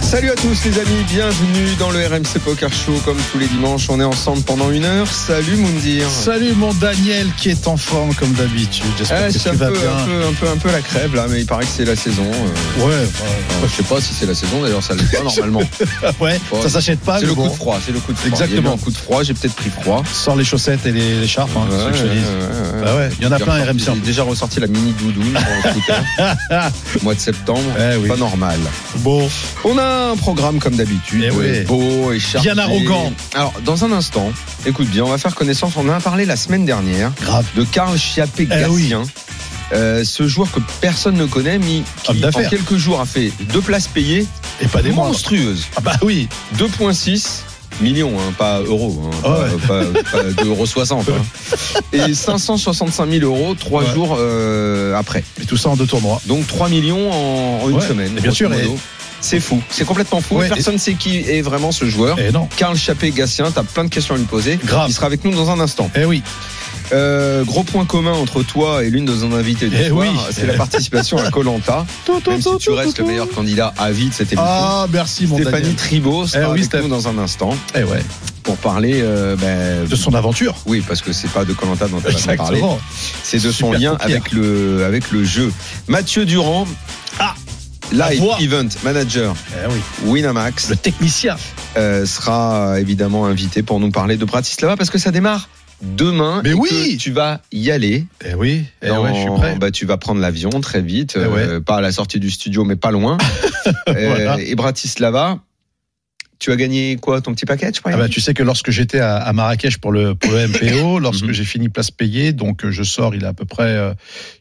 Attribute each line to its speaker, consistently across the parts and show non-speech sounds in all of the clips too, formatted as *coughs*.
Speaker 1: Salut à tous les amis, bienvenue dans le RMC Poker Show. Comme tous les dimanches, on est ensemble pendant une heure. Salut Moundir.
Speaker 2: Salut mon Daniel qui est en forme comme d'habitude. J'espère
Speaker 1: Eh,
Speaker 2: que
Speaker 1: c'est
Speaker 2: tu
Speaker 1: un peu,
Speaker 2: vas
Speaker 1: un, peu,
Speaker 2: bien.
Speaker 1: un peu- un peu la crève là, mais il paraît que c'est la saison. euh.
Speaker 2: Ouais,
Speaker 1: *laughs* Enfin, je sais pas si c'est la saison, d'ailleurs ça l'est
Speaker 2: *laughs*
Speaker 1: pas normalement.
Speaker 2: ouais, ouais.
Speaker 1: Ouais.
Speaker 2: ça s'achète pas.
Speaker 1: C'est
Speaker 2: Ah, mais
Speaker 1: le
Speaker 2: bon.
Speaker 1: coup de froid, c'est le coup de froid.
Speaker 2: Exactement.
Speaker 1: Il y a eu un coup de froid, j'ai peut-être pris froid.
Speaker 2: Sors les chaussettes et les écharpes. Hein, c'est ce que je te dis. Bah ouais, il y en a
Speaker 1: J'ai
Speaker 2: plein
Speaker 1: ressorti-
Speaker 2: RMC.
Speaker 1: J'ai déjà ressorti la mini doudoune pour le scooter.
Speaker 2: *laughs*
Speaker 1: Au mois de septembre.
Speaker 2: Eh oui.
Speaker 1: Pas normal.
Speaker 2: Bon,
Speaker 1: On a un programme comme d'habitude,
Speaker 2: Eh oui.
Speaker 1: beau et chargé.
Speaker 2: Bien arrogant.
Speaker 1: Alors, dans un instant, écoute bien, on va faire connaissance. On en a parlé la semaine dernière
Speaker 2: grave.
Speaker 1: de Karl chiappé
Speaker 2: Eh oui.
Speaker 1: Euh, ce joueur que personne ne connaît, mais
Speaker 2: Homme
Speaker 1: qui en
Speaker 2: d'affaires.
Speaker 1: quelques jours a fait deux places payées
Speaker 2: Et pas des moindres.
Speaker 1: monstrueuses.
Speaker 2: Ah bah oui.
Speaker 1: 2,6 millions, hein, pas euros, hein,
Speaker 2: Ah ouais.
Speaker 1: pas, pas- pas 2,60 euros.
Speaker 2: *laughs*
Speaker 1: hein. Et 565 000 euros trois
Speaker 2: Ouais.
Speaker 1: jours euh, après.
Speaker 2: Et tout ça en deux tournois.
Speaker 1: Donc 3 millions en, en une
Speaker 2: Ouais,
Speaker 1: semaine.
Speaker 2: et bien sûr,
Speaker 1: grosso modo. C'est fou, c'est complètement fou.
Speaker 2: Ouais,
Speaker 1: Personne ne sait qui est vraiment ce joueur.
Speaker 2: Eh non.
Speaker 1: Karl Chappé-Gatien, t'as plein de questions à lui poser.
Speaker 2: Grave.
Speaker 1: Il sera avec nous dans un instant.
Speaker 2: Eh oui.
Speaker 1: Euh, gros point commun entre toi et l'une de nos invités du
Speaker 2: Eh
Speaker 1: soir,
Speaker 2: oui.
Speaker 1: c'est la participation à
Speaker 2: *laughs*
Speaker 1: Colanta. Même si tu restes le meilleur candidat à vie de cette émission.
Speaker 2: Ah merci mon
Speaker 1: Stéphanie
Speaker 2: Daniel.
Speaker 1: Tribault sera
Speaker 2: Eh oui,
Speaker 1: avec
Speaker 2: Steph.
Speaker 1: nous dans un instant
Speaker 2: Eh ouais.
Speaker 1: pour parler euh, ben,
Speaker 2: De son aventure.
Speaker 1: Oui, parce que c'est pas de Colanta dont elle va parler.
Speaker 2: Exactement.
Speaker 1: C'est de son
Speaker 2: Super
Speaker 1: lien
Speaker 2: paupière.
Speaker 1: avec le avec le jeu. Mathieu Durand.
Speaker 2: Ah, la
Speaker 1: Live
Speaker 2: voix.
Speaker 1: Event Manager
Speaker 2: Eh oui.
Speaker 1: Winamax.
Speaker 2: Le technicien.
Speaker 1: euh, sera évidemment invité pour nous parler de Bratislava parce que ça démarre demain.
Speaker 2: Mais
Speaker 1: et
Speaker 2: oui
Speaker 1: que tu vas y aller.
Speaker 2: Eh oui. Eh
Speaker 1: Dans-
Speaker 2: ouais, je suis prêt.
Speaker 1: bah, tu vas prendre l'avion très vite,
Speaker 2: Eh
Speaker 1: euh, pas à la sortie du studio, mais pas
Speaker 2: *laughs*
Speaker 1: loin. Euh,
Speaker 2: Voilà.
Speaker 1: Et Bratislava, tu as gagné quoi, ton petit package par
Speaker 2: Ah bah,
Speaker 1: exemple
Speaker 2: tu sais que lorsque j'étais à, à Marrakech pour le, pour
Speaker 1: *coughs*
Speaker 2: le MPO, lorsque
Speaker 1: Mhm.
Speaker 2: j'ai fini place payée, donc euh, je sors, il est à peu près, euh,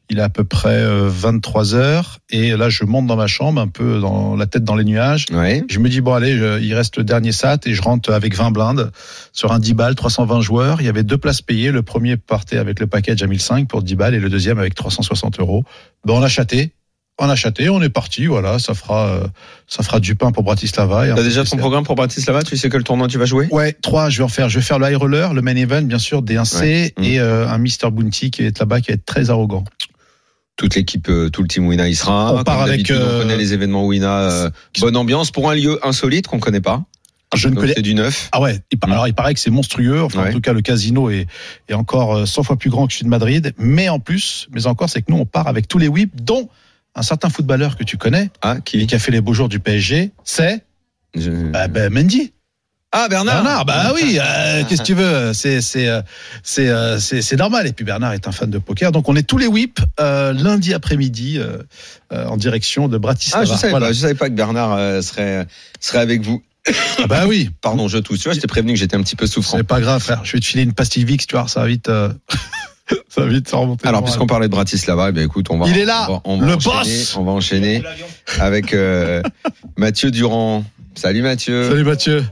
Speaker 2: il est à peu près euh, 23 heures, et là je monte dans ma chambre, un peu dans la tête dans les nuages.
Speaker 1: Ouais.
Speaker 2: Je me dis bon allez, je- il reste le dernier sat et je rentre avec 20 blindes sur un 10 balles, 320 joueurs. Il y avait deux places payées. Le premier partait avec le package à 1005 pour 10 balles et le deuxième avec 360 euros. Ben on a chaté, on a chaté, on est parti. Voilà, ça fera, euh, ça fera du pain pour Bratislava. et un
Speaker 1: T'as déjà
Speaker 2: petit
Speaker 1: ton programme pour Bratislava Tu sais que le tournoi tu vas jouer
Speaker 2: Ouais, trois, je vais en faire. Je vais faire le high roller, le main event, bien sûr, des 1C
Speaker 1: Ouais. Mmh.
Speaker 2: et euh, un Mr. Bounty qui est là-bas, qui va être très arrogant.
Speaker 1: Toute l'équipe, euh, tout le team Wina y sera.
Speaker 2: On
Speaker 1: Comme
Speaker 2: part avec,
Speaker 1: d'habitude, On
Speaker 2: euh,
Speaker 1: connaît les événements Wina. euh, bonne ambiance pour un lieu insolite qu'on connaît pas.
Speaker 2: Je ne
Speaker 1: Donc
Speaker 2: connais.
Speaker 1: c'est du neuf.
Speaker 2: Ah ouais, il par-
Speaker 1: Mmh.
Speaker 2: alors il paraît que c'est monstrueux. Enfin,
Speaker 1: Ouais.
Speaker 2: en tout cas, le casino est, est encore euh, 100 fois plus grand que celui de Madrid. Mais en plus, mais encore, c'est que nous, on part avec tous les whips, dont un certain footballeur que tu connais,
Speaker 1: Ah,
Speaker 2: et
Speaker 1: qui
Speaker 2: qui a fait les beaux jours du PSG, c'est
Speaker 1: Mm. Je-
Speaker 2: bah, bah, Mendy.
Speaker 1: Ah, Bernard
Speaker 2: Bernard, bah oui, euh, qu'est-ce que tu veux C'est c'est euh, c'est euh, c'est c'est normal. Et puis Bernard est un fan de poker, donc on est tous les whips euh, lundi après-midi euh, euh, en direction de Bratislava.
Speaker 1: Ah, je savais
Speaker 2: Voilà.
Speaker 1: pas, je savais pas que Bernard euh, serait serait avec vous.
Speaker 2: Ah bah oui,
Speaker 1: Pardon, je tousse. Tu vois, je t'ai prévenu que j'étais un petit peu souffrant.
Speaker 2: c'est pas grave, frère. Je vais te filer une pastille Vix, tu vois, ça va vite, euh, *laughs* ça va vite se remonter.
Speaker 1: Alors,
Speaker 2: le moral.
Speaker 1: puisqu'on parlait de Bratislava, eh bien, écoute, on va.
Speaker 2: Il est là,
Speaker 1: on va- on va
Speaker 2: le
Speaker 1: enchaîner,
Speaker 2: boss.
Speaker 1: On va enchaîner avec euh, Mathieu Durand. Salut Mathieu.
Speaker 2: Salut Mathieu.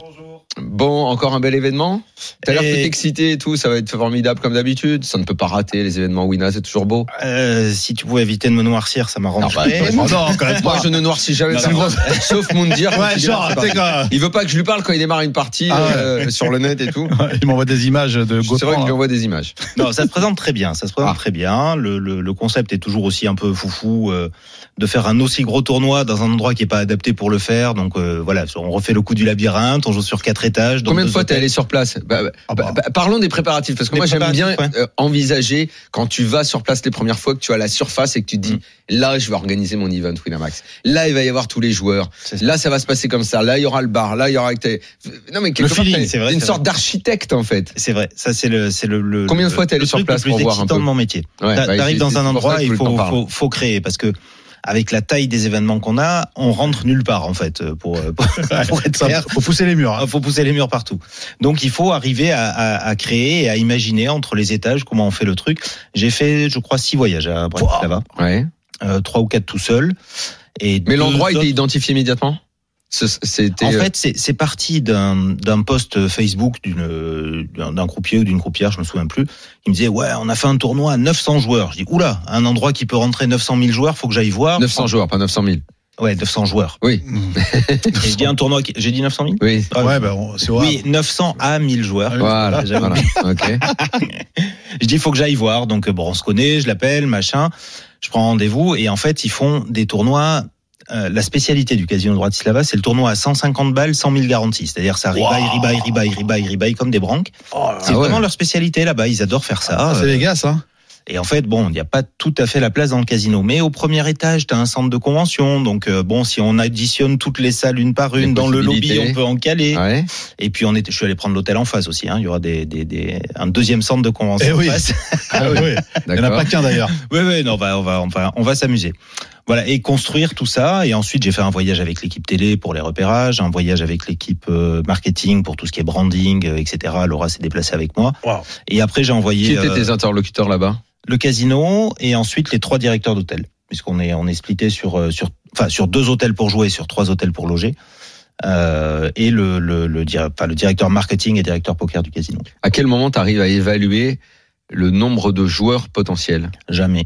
Speaker 1: Bon, encore un bel événement. T'as l'air
Speaker 3: Et-
Speaker 1: tout excité et tout. Ça va être formidable comme d'habitude. Ça ne peut pas rater les événements Wina. C'est toujours beau.
Speaker 3: Euh, si tu pouvais éviter de me noircir, ça
Speaker 1: Non, bah,
Speaker 3: m'arrangerait.
Speaker 1: moi,
Speaker 2: non, quand même
Speaker 1: Moi,
Speaker 2: pas.
Speaker 1: je ne noircis jamais.
Speaker 3: Non,
Speaker 1: personne, *laughs* Sauf Moundir. quand
Speaker 2: Ouais,
Speaker 1: il
Speaker 2: genre,
Speaker 1: démarre,
Speaker 2: t'es
Speaker 1: c'est pas-
Speaker 2: quoi
Speaker 1: Il veut pas que je lui parle quand il démarre une partie
Speaker 2: Ah ouais.
Speaker 1: euh, sur le net et tout.
Speaker 2: Il m'envoie des images de
Speaker 1: C'est vrai que je lui
Speaker 2: Gautran.
Speaker 1: envoie des images.
Speaker 3: non, ça se présente très bien. Ça se présente
Speaker 1: Ah.
Speaker 3: très bien. Le, le- le concept est toujours aussi un peu foufou euh, de faire un aussi gros tournoi dans un endroit qui est pas adapté pour le faire. Donc euh, voilà, on refait le coup du labyrinthe. On joue sur quatre étages. dans
Speaker 1: Combien de
Speaker 3: deux
Speaker 1: fois t'es
Speaker 3: hôtels.
Speaker 1: allé sur place Bah, bah,
Speaker 2: Ah bah.
Speaker 1: bah, Parlons des préparatifs, parce que
Speaker 3: Des
Speaker 1: moi j'aime bien
Speaker 3: préparatifs, ouais.
Speaker 1: euh, envisager quand tu vas sur place les premières fois que tu as la surface et que tu te dis
Speaker 3: Mm.
Speaker 1: là je vais organiser mon event Winamax. Là il va y avoir tous les joueurs.
Speaker 3: C'est ça.
Speaker 1: Là ça va se passer comme ça. Là il y aura le bar. Là il y aura. tes- Non mais quelque
Speaker 3: Le
Speaker 1: part
Speaker 3: feeling,
Speaker 1: t'es-
Speaker 3: c'est vrai,
Speaker 1: t'es une
Speaker 3: c'est
Speaker 1: sorte
Speaker 3: vrai.
Speaker 1: d'architecte en fait.
Speaker 3: C'est vrai. Ça c'est le c'est le, le-
Speaker 1: Combien de
Speaker 3: le-
Speaker 1: fois t'es allé
Speaker 3: le
Speaker 1: sur
Speaker 3: truc
Speaker 1: place
Speaker 3: le plus
Speaker 1: pour voir un
Speaker 3: excitant
Speaker 1: peu
Speaker 3: de mon métier.
Speaker 1: Ouais,
Speaker 3: T'a-
Speaker 1: bah,
Speaker 3: T'arrives
Speaker 1: c'est-
Speaker 3: dans
Speaker 1: c'est
Speaker 3: un
Speaker 1: pour ça que
Speaker 3: endroit,
Speaker 1: je
Speaker 3: il
Speaker 1: voulais t'en
Speaker 3: faut,
Speaker 1: parler.
Speaker 3: faut, faut créer parce que avec la taille des événements qu'on a, on rentre nulle part en fait. euh, Pour, euh, pour, *laughs* pour être clair,
Speaker 2: Faut pousser les murs. hein.
Speaker 3: il Ah, faut pousser les murs partout. Donc il faut arriver à, à- à créer et à imaginer entre les étages comment on fait le truc. J'ai fait, je crois, six voyages à Bratislava,
Speaker 1: Ouais.
Speaker 3: Euh, trois ou quatre tout seul. Et
Speaker 1: Mais
Speaker 3: deux
Speaker 1: l'endroit il
Speaker 3: autres-
Speaker 1: était identifié immédiatement. Ce- C'était.
Speaker 3: en
Speaker 1: euh,
Speaker 3: fait, c'est c'est parti d'un d'un post Facebook d'une- d'un d'un croupier ou d'une croupière, je me souviens plus. Il me disait ouais, on a fait un tournoi à 900 joueurs. Je dis oula, un endroit qui peut rentrer 900 000 joueurs, faut que j'aille voir.
Speaker 1: 900 joueurs, pas 900 000.
Speaker 3: Ouais, 900 joueurs.
Speaker 1: Oui,
Speaker 3: J'ai dit un tournoi. qui- J'ai dit 900 000 *laughs*
Speaker 1: oui.
Speaker 3: Ah,
Speaker 2: Ouais, bah, Ah on- c'est au
Speaker 3: Oui, 900 à 1000 joueurs.
Speaker 1: Voilà,
Speaker 3: J'avais
Speaker 1: voilà. Ok.
Speaker 3: *laughs* Je dis, il faut que j'aille voir. Donc, euh, bon, on se connaît, je l'appelle, machin. Je prends rendez-vous. Et en fait, ils font des tournois. euh, la spécialité du casino de Bratislava, c'est le tournoi à 150 balles, 100 000 garanties. C'est-à-dire, ça ribaille, ribaille, ribaille, ribaille, ribaille comme des branques. c'est
Speaker 1: Ah ouais.
Speaker 3: vraiment leur spécialité là-bas. Ils adorent faire ça.
Speaker 2: Havre. Ah, c'est les gars, ça.
Speaker 3: Et en fait, bon, il n'y a pas tout à fait la place dans le casino. Mais au premier étage, tu as un centre de convention. Donc, euh, bon, si on additionne toutes les salles une par une,
Speaker 1: Les
Speaker 3: dans le lobby,
Speaker 1: possibilités.
Speaker 3: on peut en caler.
Speaker 1: Ouais.
Speaker 3: Et puis, on est, je suis allé prendre l'hôtel en face aussi. hein. Il y aura des, des, des- un deuxième centre de convention
Speaker 2: Eh oui.
Speaker 3: en face.
Speaker 2: Ah, *laughs* oui, oui. Il n'y en a
Speaker 1: D'accord.
Speaker 2: pas qu'un d'ailleurs.
Speaker 3: Oui, oui, non, on va, on va, on va, on va s'amuser. Voilà, et construire tout ça. Et ensuite, j'ai fait un voyage avec l'équipe télé pour les repérages, un voyage avec l'équipe euh, marketing pour tout ce qui est branding, euh, etc. Laura s'est déplacée avec moi.
Speaker 2: Wow.
Speaker 3: Et après, j'ai
Speaker 1: Qui
Speaker 3: envoyé
Speaker 1: étaient
Speaker 3: euh,
Speaker 1: tes interlocuteurs là-bas
Speaker 3: le casino et ensuite les trois directeurs d'hôtel, puisqu'on est, on est splitté sur, euh, sur, enfin, sur deux hôtels pour jouer, sur trois hôtels pour loger. Euh, et le, le, le, dir- enfin, le directeur marketing et directeur poker du casino.
Speaker 1: À quel moment t'arrives à évaluer le nombre de joueurs potentiels
Speaker 3: Jamais.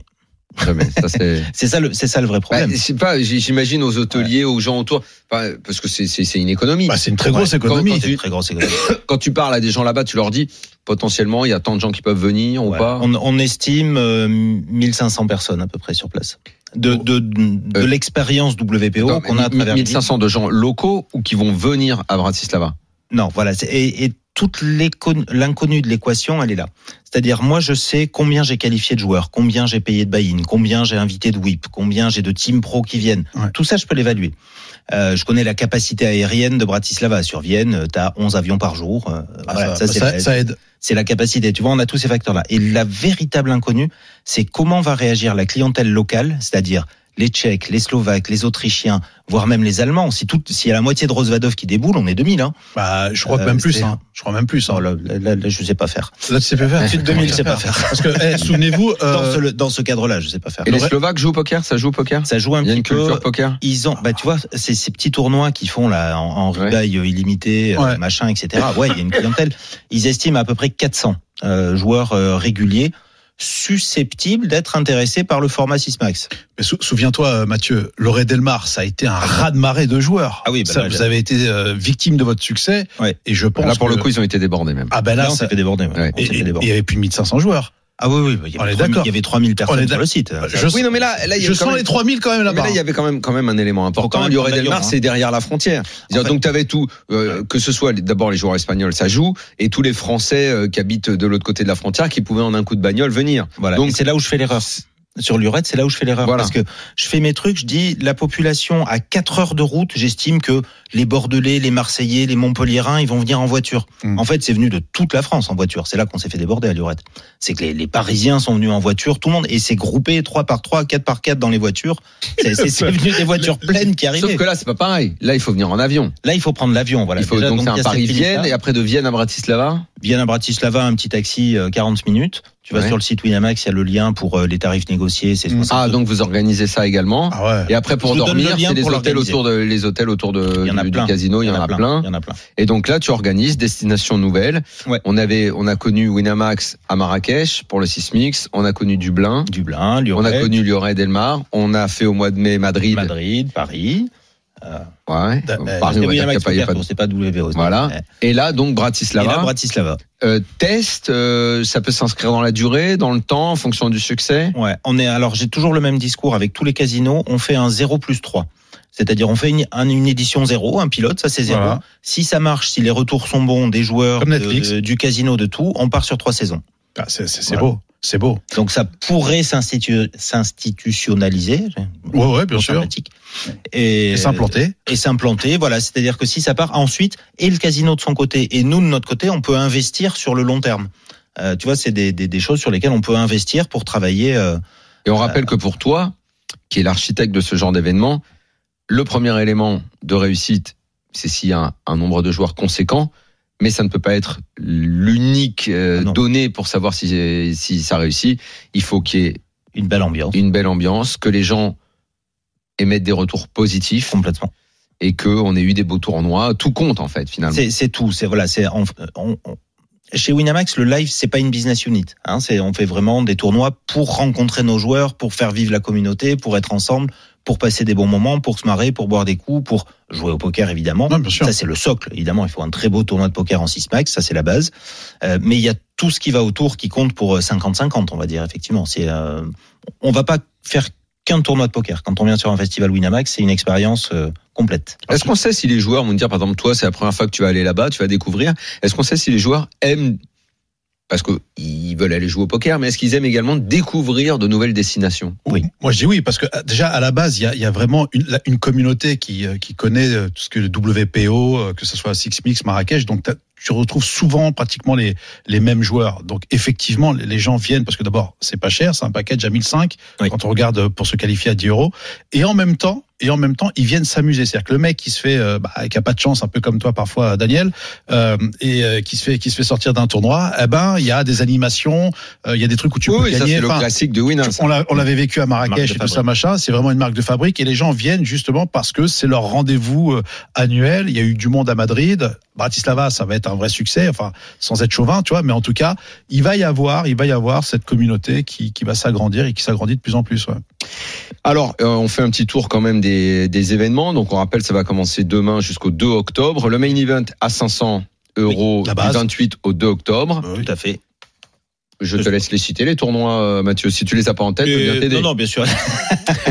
Speaker 1: Jamais. Ça c'est.
Speaker 3: C'est ça, le- c'est ça le vrai
Speaker 1: Bah,
Speaker 3: *laughs* problème.
Speaker 1: c'est pas. j'- J'imagine aux hôteliers, aux gens autour, enfin, parce que c'est c'est- c'est une économie.
Speaker 2: Bah, c'est une très grosse
Speaker 1: Ouais.
Speaker 2: économie.
Speaker 1: Quand-
Speaker 3: C'est une très grosse économie.
Speaker 1: Quand tu parles à des gens là-bas, tu leur dis potentiellement il y a tant de gens qui peuvent venir ou
Speaker 3: Ouais.
Speaker 1: pas.
Speaker 3: on, on estime euh, 1500 personnes à peu près sur place. De, de, de,
Speaker 1: Euh,
Speaker 3: de l'expérience WPO
Speaker 1: Attends,
Speaker 3: qu'on a à
Speaker 1: mi-
Speaker 3: travers
Speaker 1: 1500 de gens locaux ou qui vont venir à Bratislava.
Speaker 3: Non, voilà. c'est- Et, et toute l'éco- l'inconnue de l'équation, elle est là. C'est-à-dire, moi, je sais combien j'ai qualifié de joueurs, combien j'ai payé de buy-in, combien j'ai invité de whip, combien j'ai de team pro qui viennent.
Speaker 2: Ouais.
Speaker 3: Tout ça, je peux l'évaluer. Euh, je connais la capacité aérienne de Bratislava. Sur Vienne, tu as 11 avions par jour. Euh,
Speaker 2: Ah,
Speaker 3: voilà,
Speaker 2: ça,
Speaker 3: ça, c'est
Speaker 2: ça-
Speaker 3: la-
Speaker 2: ça aide.
Speaker 3: c'est la capacité. Tu vois, on a tous ces facteurs-là. Et la véritable inconnue, c'est comment va réagir la clientèle locale, c'est-à-dire les Tchèques, les Slovaques, les Autrichiens, voire même les Allemands. Si tout, s'il y a la moitié de Rosvadov qui déboule, on est 2000. Hein.
Speaker 2: Bah, je crois que
Speaker 3: Euh,
Speaker 2: même plus.
Speaker 3: c'est-
Speaker 2: hein. Je crois même plus.
Speaker 3: Non,
Speaker 2: Hein.
Speaker 3: là, là, là, là, je sais pas faire.
Speaker 2: Là, tu sais pas faire.
Speaker 1: Ensuite,
Speaker 2: Comment
Speaker 3: 2000,
Speaker 2: tu
Speaker 3: je
Speaker 2: sais
Speaker 3: sais pas faire.
Speaker 2: Parce que, eh, souvenez-vous,
Speaker 3: Dans
Speaker 2: euh,
Speaker 3: ce, dans ce cadre-là, je sais pas faire.
Speaker 1: Et les
Speaker 2: vrai-
Speaker 1: Slovaques jouent au poker Ça joue au poker
Speaker 3: Ça joue un
Speaker 1: Il y a
Speaker 3: petit
Speaker 1: une
Speaker 3: peu.
Speaker 1: culture poker
Speaker 3: Ils ont, bah, tu vois, c'est ces petits tournois qu'ils font là en, en
Speaker 1: Ouais.
Speaker 3: ribaille euh, illimitée, euh,
Speaker 2: Ouais.
Speaker 3: machin, etc. Ouais, il y a une clientèle. Ils estiment à peu près 400 euh, joueurs euh, réguliers susceptibles d'être intéressés par le format 6 max.
Speaker 2: mais sou- souviens-toi, euh, Mathieu, Loré Delmar, ça a été un raz-de-marée de joueurs.
Speaker 3: Ah oui, bah
Speaker 2: Ça,
Speaker 3: là,
Speaker 2: vous
Speaker 3: j'ai-
Speaker 2: avez été euh, victime de votre succès.
Speaker 3: Ouais.
Speaker 2: Et je pense
Speaker 1: Là, pour
Speaker 2: que-
Speaker 1: le coup, ils ont été débordés même.
Speaker 2: ah ben là,
Speaker 3: Là, on
Speaker 2: ça-
Speaker 3: s'est fait déborder. ouais.
Speaker 1: Ouais.
Speaker 3: On
Speaker 2: et-
Speaker 3: s'est
Speaker 2: et-
Speaker 3: fait
Speaker 2: il
Speaker 3: déborder.
Speaker 2: y avait plus de 1500 joueurs.
Speaker 3: Ah oui, oui, oui, il y
Speaker 2: On est
Speaker 3: avait 3000
Speaker 2: d'accord.
Speaker 3: il y avait 3000
Speaker 2: On est
Speaker 3: personnes sur le site.
Speaker 2: Je sens-
Speaker 1: Oui, non, mais là, là, il y a
Speaker 2: je
Speaker 1: quand
Speaker 2: sens
Speaker 1: même-
Speaker 2: les 3000 quand même
Speaker 1: Mais
Speaker 2: là-bas.
Speaker 1: là, il y avait quand même, quand même un élément important.
Speaker 3: quand même
Speaker 1: Lioré
Speaker 3: prendre
Speaker 1: Delmar,
Speaker 3: l'avion, hein.
Speaker 1: c'est derrière la frontière.
Speaker 3: fait-
Speaker 1: Donc, tu avais tout, euh, que ce soit les- d'abord les joueurs espagnols, ça joue, et tous les Français euh, qui habitent de l'autre côté de la frontière qui pouvaient en un coup de bagnole venir.
Speaker 3: Voilà.
Speaker 1: Donc-
Speaker 3: Et c'est là où je fais l'erreur. Sur l'urette, c'est là où je fais l'erreur.
Speaker 1: Voilà.
Speaker 3: Parce que je fais mes trucs, je dis la population à 4 heures de route, j'estime que les Bordelais, les Marseillais, les Montpelliérains, ils vont venir en voiture.
Speaker 1: Mmh.
Speaker 2: Mm.
Speaker 3: En fait, c'est venu de toute la France en voiture. C'est là qu'on s'est fait déborder à l'urette. C'est que les, les Parisiens sont venus en voiture, tout le monde, et c'est groupé 3 par 3, 4 par 4 dans les voitures.
Speaker 1: *laughs*
Speaker 3: C'est- C'est c'est venu des voitures pleines qui
Speaker 1: Sauf
Speaker 3: arrivaient.
Speaker 1: que là, c'est pas pareil. Là, il faut venir en avion.
Speaker 3: Là, il faut prendre l'avion. Voilà.
Speaker 1: il faut
Speaker 3: Déjà,
Speaker 1: donc
Speaker 3: il y
Speaker 1: faire
Speaker 3: a cette
Speaker 1: Paris-Vienne
Speaker 3: limite-là.
Speaker 1: et après de Vienne à Bratislava.
Speaker 3: Vienne à Bratislava, un petit taxi, euh, 40 minutes. Tu vas
Speaker 1: Ouais.
Speaker 3: sur le site Winamax, il y a le lien pour euh, les tarifs négociés. C'est
Speaker 2: Mm.
Speaker 1: Ah,
Speaker 3: 62.
Speaker 1: donc vous organisez ça également.
Speaker 2: Ah ouais.
Speaker 1: Et après, pour
Speaker 3: Je vous donne
Speaker 1: dormir,
Speaker 3: le lien
Speaker 1: c'est les
Speaker 3: pour
Speaker 1: hôtels
Speaker 3: l'organiser.
Speaker 1: autour de, les hôtels autour de,
Speaker 3: Il y en a
Speaker 1: du, du
Speaker 3: plein.
Speaker 1: casino, il y, en a plein.
Speaker 3: Il y en a plein.
Speaker 1: Et donc là, tu organises destination nouvelle.
Speaker 3: Ouais.
Speaker 1: On avait, on a connu Winamax à Marrakech pour le Sismix. On a connu Dublin.
Speaker 3: Dublin, Lyon,
Speaker 1: On a connu Lioré Delmar. On a fait au mois de mai Madrid.
Speaker 3: Madrid, Paris.
Speaker 1: Ouais.
Speaker 2: Da-
Speaker 1: Donc,
Speaker 2: euh,
Speaker 1: Paris, on va dire qu'il y a
Speaker 3: Winamax
Speaker 1: pas- il y a pas de-
Speaker 3: Poker, c'est pas WO. c'est
Speaker 1: Voilà.
Speaker 3: pas-
Speaker 1: Et là, donc
Speaker 3: Et là,
Speaker 1: Bratislava.
Speaker 3: Bratislava.
Speaker 1: euh, test, euh, ça peut s'inscrire dans la durée, dans le temps, en fonction du succès.
Speaker 3: Ouais, on est, alors j'ai toujours le même discours avec tous les casinos, on fait un 0 plus 3. C'est-à-dire, on fait une, un- une édition 0, un pilote, ça c'est 0.
Speaker 2: Voilà.
Speaker 3: Si ça marche, si les retours sont bons des joueurs,
Speaker 2: Comme
Speaker 3: de-
Speaker 2: Netflix.
Speaker 3: de- du casino, de tout, on part sur trois saisons.
Speaker 2: Ah, c'est c'est- c'est
Speaker 3: Voilà.
Speaker 2: beau. C'est beau.
Speaker 3: Donc ça pourrait s'institu- s'institutionnaliser.
Speaker 2: Ouais, ouais, bien
Speaker 3: Bon,
Speaker 2: sûr.
Speaker 3: sympathique. Et,
Speaker 2: Et s'implanter.
Speaker 3: Et s'implanter, voilà. C'est-à-dire que si ça part ensuite, et le casino de son côté, et nous de notre côté, on peut investir sur le long terme. Euh, tu vois, c'est des, des, des choses sur lesquelles on peut investir pour travailler. euh,
Speaker 1: Et on rappelle que pour toi, qui est l'architecte de ce genre d'événement, le premier élément de réussite, c'est s'il y a un, un nombre de joueurs conséquent, mais ça ne peut pas être l'unique euh,
Speaker 3: Ah non.
Speaker 1: donnée pour savoir si, si ça réussit. Il faut qu'il y ait
Speaker 3: une belle ambiance.
Speaker 1: une belle ambiance, que les gens émettent des retours positifs
Speaker 3: Complètement.
Speaker 2: Ah
Speaker 1: et qu'on ait eu des beaux tournois. Tout compte en fait finalement.
Speaker 3: C'est c'est tout. C'est voilà. C'est on, on- on- chez Winamax, le live, c'est pas une business unit. Hein, c'est, on fait vraiment des tournois pour rencontrer nos joueurs, pour faire vivre la communauté, pour être ensemble, pour passer des bons moments, pour se marrer, pour boire des coups, pour jouer au poker évidemment.
Speaker 2: Ouais, bien sûr.
Speaker 3: Ça c'est le socle. Évidemment, il faut un très beau tournoi de poker en 6 max, ça c'est la base. Euh, mais il y a tout ce qui va autour qui compte pour euh, 50-50, on va dire effectivement. C'est, euh, on va pas faire qu'un tournoi de poker. Quand on vient sur un festival Winamax, c'est une expérience euh, complète.
Speaker 1: Est-ce qu'on sait si les joueurs vont te dire, par exemple, toi, c'est la première fois que tu vas aller là-bas, tu vas découvrir. Est-ce qu'on sait si les joueurs aiment, parce qu'ils veulent aller jouer au poker, mais est-ce qu'ils aiment également découvrir de nouvelles destinations
Speaker 3: Oui.
Speaker 2: Moi, je dis oui, parce que euh, déjà, à la base, il y a, il y a vraiment une, la- une communauté qui, euh, qui connaît euh, tout ce que le WPO, euh, que ce soit Six Mix, Marrakech. Donc, t'as- tu retrouves souvent pratiquement les, les mêmes joueurs. Donc, effectivement, les- les gens viennent parce que d'abord, c'est pas cher, c'est un package à 1005
Speaker 3: Oui.
Speaker 2: quand on regarde euh, pour se qualifier à 10 euros. Et en même temps, et en même temps, ils viennent s'amuser. C'est-à-dire que le mec qui se fait, euh, bah, qui a pas de chance, un peu comme toi parfois, Daniel, euh, et euh, qui se fait, qui se fait sortir d'un tournoi, eh ben, il y a des animations, euh, il y a des trucs où tu
Speaker 1: Oui,
Speaker 2: peux
Speaker 1: oui, ça,
Speaker 2: gagner.
Speaker 1: c'est le
Speaker 2: Enfin,
Speaker 1: classique de Win. hein, ça.
Speaker 2: on l'a- on l'avait vécu à
Speaker 3: Marque de
Speaker 2: Marrakech et tout
Speaker 3: fabrique.
Speaker 2: ça, machin. C'est vraiment une marque de fabrique et les gens viennent justement parce que c'est leur rendez-vous euh, annuel. Il y a eu du monde à Madrid. Bratislava, ça va être un vrai succès. Enfin, sans être chauvin, tu vois. Mais en tout cas, il va y avoir, il va y avoir cette communauté qui, qui va s'agrandir et qui s'agrandit de plus en plus. ouais.
Speaker 1: Alors, euh, on fait un petit tour quand même des, des événements. Donc, on rappelle, ça va commencer demain jusqu'au 2 octobre. Le main event à 500 euros
Speaker 2: Oui, la
Speaker 1: du
Speaker 2: base.
Speaker 1: 28 au 2 octobre.
Speaker 2: Ah
Speaker 3: Tout à fait.
Speaker 1: Je te laisse les citer, les tournois, euh, Mathieu. Si tu les as pas en tête, je peux bien
Speaker 3: Euh,
Speaker 1: t'aider.
Speaker 3: non, non, bien sûr. *laughs*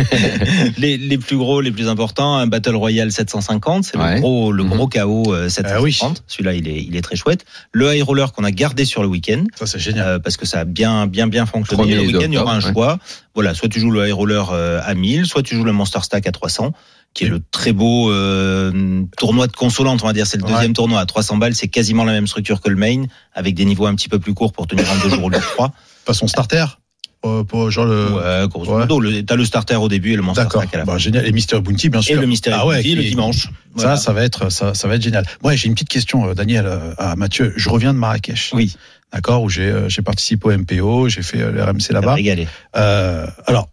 Speaker 3: les, les plus gros, les plus importants, un Battle Royale 750, c'est
Speaker 1: Ouais.
Speaker 3: le gros, le
Speaker 1: Mhm.
Speaker 3: gros KO euh, 750. Celui-là, il est, il est très chouette. Le high roller qu'on a gardé sur le week-end.
Speaker 2: Ça, c'est génial.
Speaker 3: euh, parce que ça a bien, bien, bien fonctionné.
Speaker 1: Premier
Speaker 3: le week-end, il y aura un
Speaker 1: d'octobre, ouais.
Speaker 3: choix. Voilà, soit tu joues le high roller euh, à 1000, soit tu joues le monster stack à 300, qui est le très beau euh, tournoi de consolante, on va dire. C'est le
Speaker 2: Ouais.
Speaker 3: deuxième tournoi à 300 balles. C'est quasiment la même structure que le main, avec des niveaux un petit peu plus courts pour tenir en deux jours ou trois.
Speaker 2: Façon starter. euh, pour genre le.
Speaker 3: Ouais, grosso
Speaker 2: ouais.
Speaker 3: modo. le- T'as le starter au début et le monster
Speaker 2: D'accord.
Speaker 3: stack à la fin.
Speaker 2: Bah, génial. Et Mister Bounty, bien sûr.
Speaker 3: Et le mystère
Speaker 2: Ah ouais,
Speaker 3: Bounty, le
Speaker 2: qui-
Speaker 3: dimanche.
Speaker 2: Ça,
Speaker 3: Voilà.
Speaker 2: ça va être, ça, ça va être génial. Ouais, j'ai une petite question, euh, Daniel, euh, à Mathieu. Je reviens de Marrakech.
Speaker 3: Oui.
Speaker 2: D'accord, où j'ai, euh, j'ai participé au MPO, j'ai fait euh, le RMC
Speaker 3: Ça va
Speaker 2: là-bas.
Speaker 3: régaler.
Speaker 2: Euh, alors,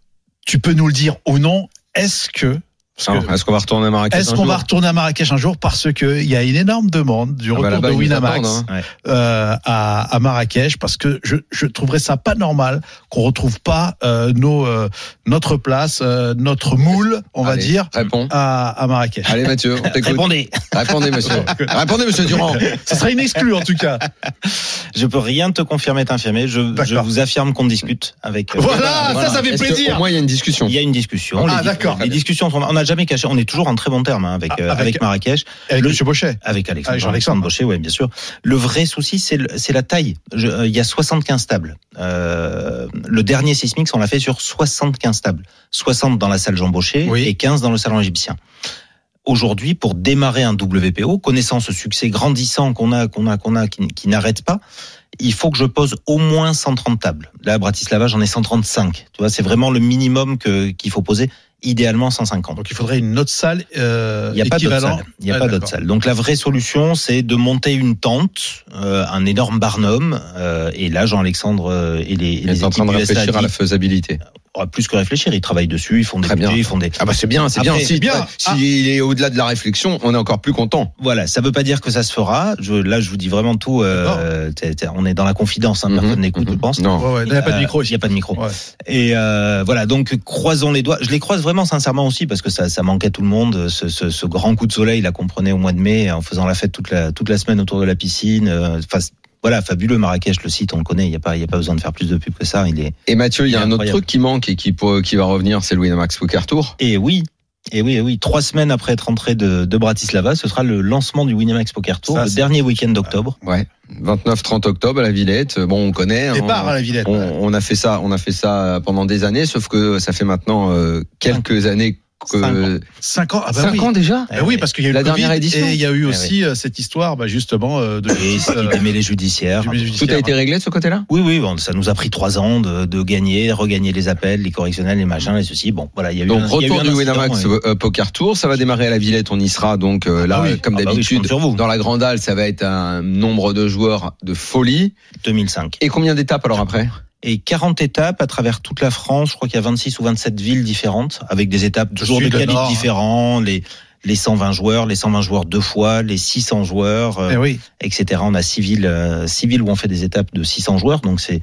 Speaker 2: tu peux nous le dire ou non Est-ce que, parce que-
Speaker 1: Alors, Est-ce qu'on va retourner à Marrakech
Speaker 2: est-ce
Speaker 1: Ah, un
Speaker 2: qu'on va
Speaker 1: jour bah
Speaker 2: retourner à Marrakech un jour parce que il y a une énorme demande du
Speaker 1: Ah bah,
Speaker 2: retour
Speaker 1: là-bas,
Speaker 2: de
Speaker 1: ils nous
Speaker 2: Winamax
Speaker 1: attendent,
Speaker 3: hein. Ouais.
Speaker 2: euh, à, à Marrakech parce que je, je trouverais ça pas normal qu'on retrouve pas euh, nos euh, notre place, euh, notre moule, on va
Speaker 1: Allez,
Speaker 2: dire,
Speaker 1: Réponds.
Speaker 2: à, à Marrakech.
Speaker 1: Allez, Mathieu, on t'écoute.
Speaker 3: Répondez.
Speaker 1: Répondez, monsieur. Répondez, monsieur Durand.
Speaker 2: Ce serait une exclue en tout cas.
Speaker 3: Je peux rien te confirmer, t'infirmer. Je, je
Speaker 2: D'accord.
Speaker 3: vous affirme qu'on discute avec. euh,
Speaker 2: Voilà, ça, ça fait
Speaker 1: Est-ce que,
Speaker 2: plaisir.
Speaker 1: Au moins, il y a une discussion.
Speaker 3: Il y a une discussion.
Speaker 2: Ah,
Speaker 3: Les dis-
Speaker 2: d'accord.
Speaker 3: Les discussions sont. On n'a jamais caché. On est toujours en très bon terme hein, avec,
Speaker 2: Ah,
Speaker 3: euh,
Speaker 2: avec-
Speaker 3: avec Marrakech,
Speaker 2: Avec
Speaker 3: Le-
Speaker 2: Monsieur Bochet.
Speaker 3: avec Alexandre,
Speaker 2: Avec Jean-Alexandre.
Speaker 3: Bochet, ouais, bien sûr. Le vrai souci, c'est le- c'est la taille. Je- euh, Il y a 75 tables. Euh, le dernier Sismix, on l'a fait sur 75 tables. 60 dans la salle Jean Bochet
Speaker 2: Oui.
Speaker 3: et 15 dans le salon égyptien. Aujourd'hui, pour démarrer un WPO, connaissant ce succès grandissant qu'on a, qu'on a, qu'on a, qui, qui n'arrête pas, il faut que je pose au moins 130 tables. Là, à Bratislava, j'en ai 135. Tu vois, c'est vraiment le minimum que qu'il faut poser. Idéalement 150.
Speaker 2: Donc il faudrait une autre salle euh,
Speaker 3: Il n'y a pas d'autre
Speaker 2: équivalent.
Speaker 3: salle. Il y a
Speaker 2: Ouais,
Speaker 3: pas
Speaker 2: d'accord.
Speaker 3: d'autre salle. Donc la vraie solution, c'est de monter une tente, euh, un énorme barnum. euh, et là, Jean-Alexandre euh, et les, et
Speaker 1: Il
Speaker 3: les
Speaker 1: est en train de
Speaker 3: équipes USA
Speaker 1: réfléchir à la
Speaker 3: disent,
Speaker 1: faisabilité.
Speaker 3: oh, plus que réfléchir, ils travaillent dessus, ils font des
Speaker 1: Très bien.
Speaker 3: budgets, ils font des.
Speaker 1: Ah bah c'est bien, c'est bien. Ah.
Speaker 3: Après,
Speaker 1: Si,
Speaker 2: bien.
Speaker 1: si il est au-delà de la réflexion, on est encore plus content.
Speaker 3: Voilà, ça veut pas dire que ça se fera. Je, là, je vous dis vraiment tout. euh, t'es- t'es- on est dans la confidence. hein, personne
Speaker 1: Mhm,
Speaker 3: n'écoute,
Speaker 1: mhm.
Speaker 3: je pense.
Speaker 1: Non.
Speaker 2: Ouais, ouais, il n'y a pas de
Speaker 3: Euh,
Speaker 2: micro
Speaker 3: Il n'y
Speaker 2: ici.
Speaker 3: a pas de micro.
Speaker 2: Ouais.
Speaker 3: Et euh, voilà, donc croisons les doigts. Je les croise vraiment sincèrement aussi parce que ça, ça manquait à tout le monde. Ce, ce- ce grand coup de soleil, là qu'on prenait au mois de mai en faisant la fête toute la, toute la semaine autour de la piscine. Euh, Enfin, c'est- voilà, fabuleux Marrakech, le site, on le connaît. Il n'y a, pas- il y a pas besoin de faire plus de pub que ça. Il est.
Speaker 1: Et Mathieu, il y a
Speaker 3: Il est
Speaker 1: un autre
Speaker 3: incroyable.
Speaker 1: truc qui manque et qui, peut- qui va revenir, c'est le Winamax Poker Tour.
Speaker 3: Et oui. Et oui, eh oui, trois semaines après être rentré de, de Bratislava, ce sera le lancement du Winamax Poker Tour,
Speaker 2: Ça,
Speaker 3: le
Speaker 2: c'est-
Speaker 3: dernier week-end d'octobre.
Speaker 1: Ouais. 29-30 octobre à la Villette. Bon, on connaît. hein,
Speaker 2: Départ à la Villette.
Speaker 1: on, on a fait ça, on a fait ça pendant des années, sauf que ça fait maintenant euh, quelques années que
Speaker 3: Cinq ans.
Speaker 2: 5 ans. Ah bah
Speaker 1: Cinq
Speaker 2: oui.
Speaker 1: ans déjà.
Speaker 2: Bah oui, parce qu'il y a eu
Speaker 1: La
Speaker 2: le Covid
Speaker 1: dernière édition.
Speaker 2: et il y a eu
Speaker 3: Eh
Speaker 2: aussi euh, cette histoire, bah, justement, euh, de
Speaker 3: Et c'est
Speaker 2: euh,
Speaker 3: des mêlées judiciaires.
Speaker 2: du musée
Speaker 1: Tout a été
Speaker 2: judiciaire.
Speaker 1: réglé de ce côté-là.
Speaker 3: Oui, oui, bon, ça nous a pris trois ans de, de gagner, regagner les appels, les correctionnels, les machins, les ceci. Bon, voilà, il y a eu
Speaker 1: Donc
Speaker 3: un, il y a eu
Speaker 1: retour
Speaker 3: un
Speaker 1: du
Speaker 3: incident,
Speaker 1: Winamax
Speaker 3: et-
Speaker 1: euh, Poker Tour, ça va démarrer à la Villette, on y sera donc euh, là
Speaker 2: Ah oui.
Speaker 1: comme
Speaker 3: Ah bah oui, je
Speaker 1: d'habitude.
Speaker 3: compte sur vous.
Speaker 1: dans la grande halle, ça va être un nombre de joueurs de folie.
Speaker 3: 2005.
Speaker 1: Et combien d'étapes alors après
Speaker 3: Et 40 étapes à travers toute la France. Je crois qu'il y a 26 ou 27 villes différentes, avec des étapes toujours
Speaker 2: sud,
Speaker 3: de
Speaker 2: le
Speaker 3: calibre
Speaker 2: nord. hein.
Speaker 3: différents, les, les 120 joueurs, les 120 joueurs deux fois, les 600 joueurs, euh,
Speaker 2: Eh oui.
Speaker 3: etc. On a six villes, euh, six villes où on fait des étapes de 600 joueurs, donc c'est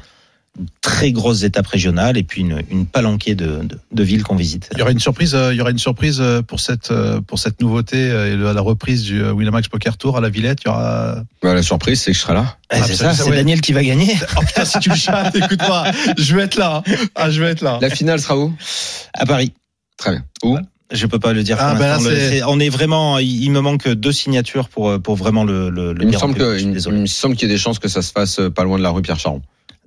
Speaker 3: une très grosse étape régionale et puis une, une palanquée de, de- de villes qu'on visite.
Speaker 2: Il y aura une surprise, euh, il y aura une surprise euh, pour cette euh, pour cette nouveauté euh, et le- à la reprise du euh, Winamax Poker Tour à la Villette. Il y aura. euh,
Speaker 1: Bah, la surprise, c'est que je serai là.
Speaker 3: Eh, c'est ça,
Speaker 2: absolument,
Speaker 3: c'est
Speaker 2: ouais.
Speaker 3: Daniel qui va gagner.
Speaker 2: *laughs* Oh putain, si tu me chattes, écoute-moi, je vais être là. Ah, je vais être là.
Speaker 1: La finale sera où
Speaker 3: À Paris.
Speaker 1: Très bien. Où
Speaker 3: Je peux pas le dire.
Speaker 2: Ah,
Speaker 3: pour
Speaker 2: ben là,
Speaker 3: l'instant. Le-
Speaker 2: c'est-
Speaker 3: c'est- on est vraiment. Il il me manque deux signatures pour euh, pour vraiment le. le, le
Speaker 1: Il me
Speaker 3: dire en
Speaker 1: semble
Speaker 3: plus.
Speaker 1: que-
Speaker 3: Je suis
Speaker 1: il me-
Speaker 3: désolé.
Speaker 1: il me semble qu'il y a des chances que ça se fasse euh, pas loin de la rue Pierre Charon.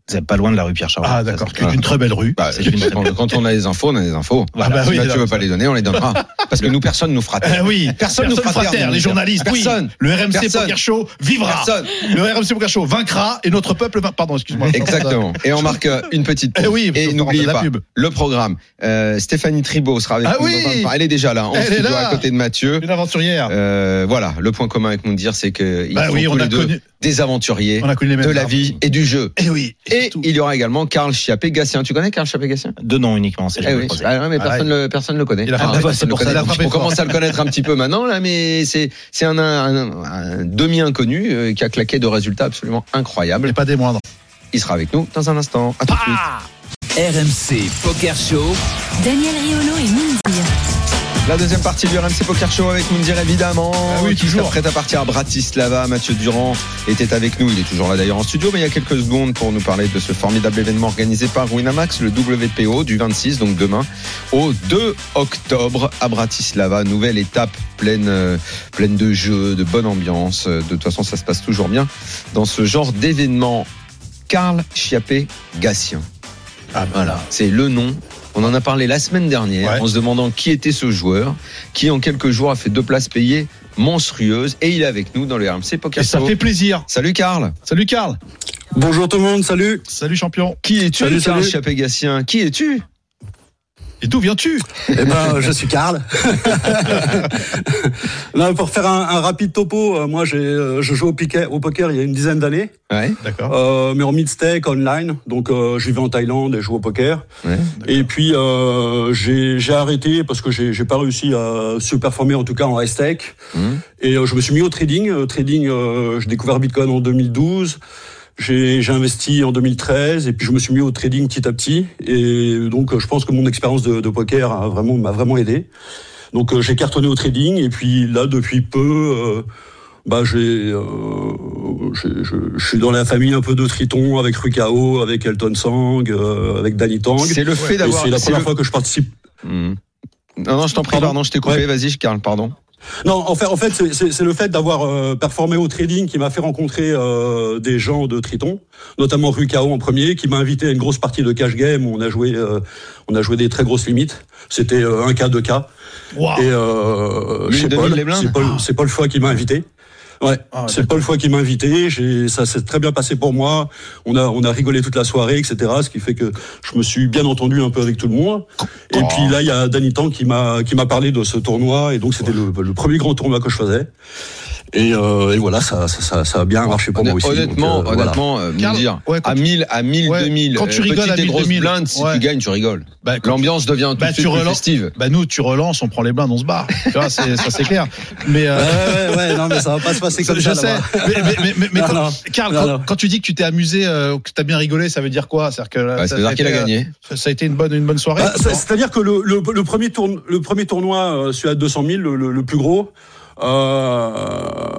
Speaker 3: C'est pas loin de la rue Pierre Charon.
Speaker 2: Ah d'accord, qui est
Speaker 1: voilà.
Speaker 2: une très belle rue.
Speaker 1: Bah,
Speaker 3: C'est une-
Speaker 1: quand, quand on a des infos, on a des infos.
Speaker 2: Voilà. Ah bah
Speaker 1: si
Speaker 2: oui,
Speaker 1: là, tu
Speaker 2: alors,
Speaker 1: veux pas les donner, on les
Speaker 3: *laughs*
Speaker 1: donnera. Parce que nous, personne nous fera.
Speaker 2: Eh oui,
Speaker 1: Personne nous fera taire,
Speaker 2: taire, les
Speaker 1: nous.
Speaker 2: journalistes. oui.
Speaker 1: Personne.
Speaker 2: Le RMC
Speaker 1: Personne.
Speaker 2: Poker Show vivra.
Speaker 1: Personne.
Speaker 2: Le RMC Poker Show vaincra et notre peuple. va- Pardon, excuse-moi.
Speaker 1: Exactement. Et on marque euh, une petite pause.
Speaker 2: Eh oui, parce
Speaker 1: et
Speaker 2: qu'on
Speaker 1: n'oubliez
Speaker 2: fera de
Speaker 1: pas
Speaker 2: la pub.
Speaker 1: le programme. Euh, Stéphanie Tribault sera avec
Speaker 2: Ah
Speaker 1: nous.
Speaker 2: oui.
Speaker 1: dans un- Elle est déjà là, en
Speaker 2: Elle est
Speaker 1: studio,
Speaker 2: là.
Speaker 1: à côté de Mathieu.
Speaker 2: Une aventurière.
Speaker 1: Euh, voilà, le point commun avec Moundir, c'est que ils
Speaker 2: Bah
Speaker 1: sont
Speaker 2: oui,
Speaker 1: tous
Speaker 2: on
Speaker 1: les
Speaker 2: a
Speaker 1: deux
Speaker 2: connu-
Speaker 1: des aventuriers
Speaker 2: On a connu les mêmes.
Speaker 1: de la
Speaker 2: arbres.
Speaker 1: vie et du jeu.
Speaker 2: Eh oui.
Speaker 1: Et
Speaker 2: surtout-
Speaker 1: il y aura également Karl Chiappé-Gatien. Tu connais Karl Chiappé-Gatien
Speaker 3: Deux noms uniquement. C'est
Speaker 1: Eh
Speaker 3: jamais
Speaker 1: oui.
Speaker 3: croisé.
Speaker 1: Ah, ouais, mais
Speaker 2: Ah,
Speaker 1: personne ne le, personne le connaît.
Speaker 2: Il a
Speaker 1: Enfin,
Speaker 2: frappé-
Speaker 1: personne
Speaker 2: c'est
Speaker 1: le
Speaker 2: pour ça,
Speaker 1: connaît.
Speaker 2: il a frappé
Speaker 1: On
Speaker 2: fort.
Speaker 1: commence à le connaître un petit peu maintenant, là, mais c'est, c'est un, un- un demi-inconnu euh, qui a claqué de résultats absolument incroyables.
Speaker 2: Mais pas des moindres.
Speaker 1: Il sera avec nous dans un instant. À tout de suite.
Speaker 2: Ah,
Speaker 4: RMC Poker Show.
Speaker 5: Daniel Riolo et Mindy.
Speaker 1: La deuxième partie du RMC Poker Show avec Moundir évidemment.
Speaker 2: Ah oui,
Speaker 1: qui
Speaker 2: toujours.
Speaker 1: s'apprête à partir à Bratislava. Mathieu Durand était avec nous. Il est toujours là d'ailleurs en studio, mais il y a quelques secondes pour nous parler de ce formidable événement organisé par Winamax, le WPO du 26, donc demain, au 2 octobre à Bratislava. Nouvelle étape pleine, euh, pleine de jeux, de bonne ambiance. Euh, De toute façon, ça se passe toujours bien dans ce genre d'événement. Karl Chiappé-Gatien.
Speaker 2: Ah voilà.
Speaker 1: C'est le nom. On en a parlé la semaine dernière
Speaker 2: Ouais.
Speaker 1: en se demandant qui était ce joueur qui, en quelques jours, a fait deux places payées monstrueuses et il est avec nous dans le RMC
Speaker 2: Et
Speaker 1: Poker
Speaker 2: ça
Speaker 1: Show.
Speaker 2: fait plaisir.
Speaker 1: Salut Karl.
Speaker 2: Salut Karl.
Speaker 6: Bonjour tout le monde, salut.
Speaker 2: Salut champion.
Speaker 1: Qui es-tu,
Speaker 6: Salut,
Speaker 1: Karl
Speaker 6: salut.
Speaker 1: Chapégassien Qui es-tu
Speaker 2: Et d'où viens-tu
Speaker 6: Eh ben, je suis Karl. *laughs* Non, pour faire un, un rapide topo, euh, moi j'ai, euh, je joue au, piquet- au poker il y a une dizaine d'années,
Speaker 1: Ouais.
Speaker 2: D'accord.
Speaker 6: euh, mais en mid-stake, online. Donc euh, je vivais en Thaïlande et je joue au poker.
Speaker 1: Ouais.
Speaker 6: Et puis euh, j'ai j'ai arrêté parce que j'ai j'ai pas réussi à se performer en tout cas en high stake.
Speaker 1: Mhm.
Speaker 6: Et euh, je me suis mis au trading. Euh, trading, euh, j'ai découvert Bitcoin en 2012. J'ai j'ai investi en 2013 et puis je me suis mis au trading petit à petit. Et donc euh, je pense que mon expérience de, de poker a vraiment m'a vraiment aidé. Donc euh, j'ai cartonné au trading et puis là depuis peu. euh, bah j'ai, euh, j'ai- je, je suis dans la famille un peu de Triton avec Rukao, avec Elton Sang, euh, avec Danny Tang.
Speaker 1: C'est le fait
Speaker 6: Et
Speaker 1: d'avoir.
Speaker 6: C'est la
Speaker 1: c'est
Speaker 6: première
Speaker 1: le-
Speaker 6: fois que je participe.
Speaker 1: Hmm. Non, non, je t'en prie, pardon,
Speaker 6: Pardon
Speaker 1: je t'ai coupé.
Speaker 6: Ouais.
Speaker 1: Vas-y, Karl, pardon.
Speaker 6: Non, en fait, en fait c'est- c'est c'est le fait d'avoir euh, performé au trading qui m'a fait rencontrer euh, des gens de Triton, notamment Rukao en premier, qui m'a invité à une grosse partie de cash game où on a joué, euh, on a joué des très grosses limites. C'était euh, un cas, deux cas.
Speaker 2: Waouh.
Speaker 1: Ah.
Speaker 6: Et euh,
Speaker 1: Lui,
Speaker 6: c'est
Speaker 1: 2000
Speaker 6: Paul,
Speaker 1: les blindes Ah.
Speaker 6: c'est Paul, c'est Paul Foy qui m'a invité. Ouais,
Speaker 2: Ah,
Speaker 6: c'est Paul Foy qui m'a invité. J'ai, ça s'est très bien passé pour moi. On a, on a rigolé toute la soirée, etc. Ce qui fait que je me suis bien entendu un peu avec tout le monde. Et puis là, il y a Danny Tang qui m'a, qui m'a parlé de ce tournoi. Et donc, c'était le, le premier grand tournoi que je faisais. Et, euh, et voilà, ça, ça, ça, ça a bien marché pour moi aussi.
Speaker 1: honnêtement,
Speaker 6: Donc, euh, voilà.
Speaker 1: honnêtement, euh,
Speaker 2: Karl,
Speaker 1: Moundir,
Speaker 2: ouais, quand
Speaker 1: à
Speaker 2: tu-
Speaker 1: 1000, à 1000,
Speaker 2: Ouais,
Speaker 1: 2000.
Speaker 2: quand tu
Speaker 1: euh,
Speaker 2: rigoles à
Speaker 1: petite et
Speaker 2: 1000,
Speaker 1: grosse
Speaker 2: 2000,
Speaker 1: blinde, si
Speaker 2: ouais.
Speaker 1: tu gagnes, tu rigoles.
Speaker 2: Bah, quand-
Speaker 1: L'ambiance devient tout
Speaker 2: Bah,
Speaker 1: de suite
Speaker 2: tu
Speaker 1: plus
Speaker 2: relances-
Speaker 1: festive.
Speaker 2: Bah nous, tu relances, on prend les blindes, on se barre. Tu vois, c'est- ça c'est clair. Mais euh,
Speaker 6: Ouais, ouais, ouais, non, mais ça va pas se
Speaker 1: *laughs*
Speaker 6: passer comme
Speaker 2: je
Speaker 6: ça.
Speaker 2: sais.
Speaker 6: là-bas.
Speaker 2: Mais, mais- mais- mais- mais
Speaker 6: Non,
Speaker 2: quand,
Speaker 6: non.
Speaker 2: Karl,
Speaker 6: Non,
Speaker 2: quand,
Speaker 6: non.
Speaker 2: quand tu dis que tu t'es amusé, euh, que t'as bien rigolé, ça veut dire quoi C'est-à-dire que là,
Speaker 1: Bah,
Speaker 2: ça- ça
Speaker 1: C'est-à-dire qu'il a
Speaker 2: été, euh,
Speaker 1: gagné.
Speaker 2: Ça, ça a été une bonne, une bonne soirée.
Speaker 6: Bah, c'est- C'est-à-dire que le, le, le premier tourn- le premier tournoi, euh, celui à 200 000, le, le- le plus gros, euh,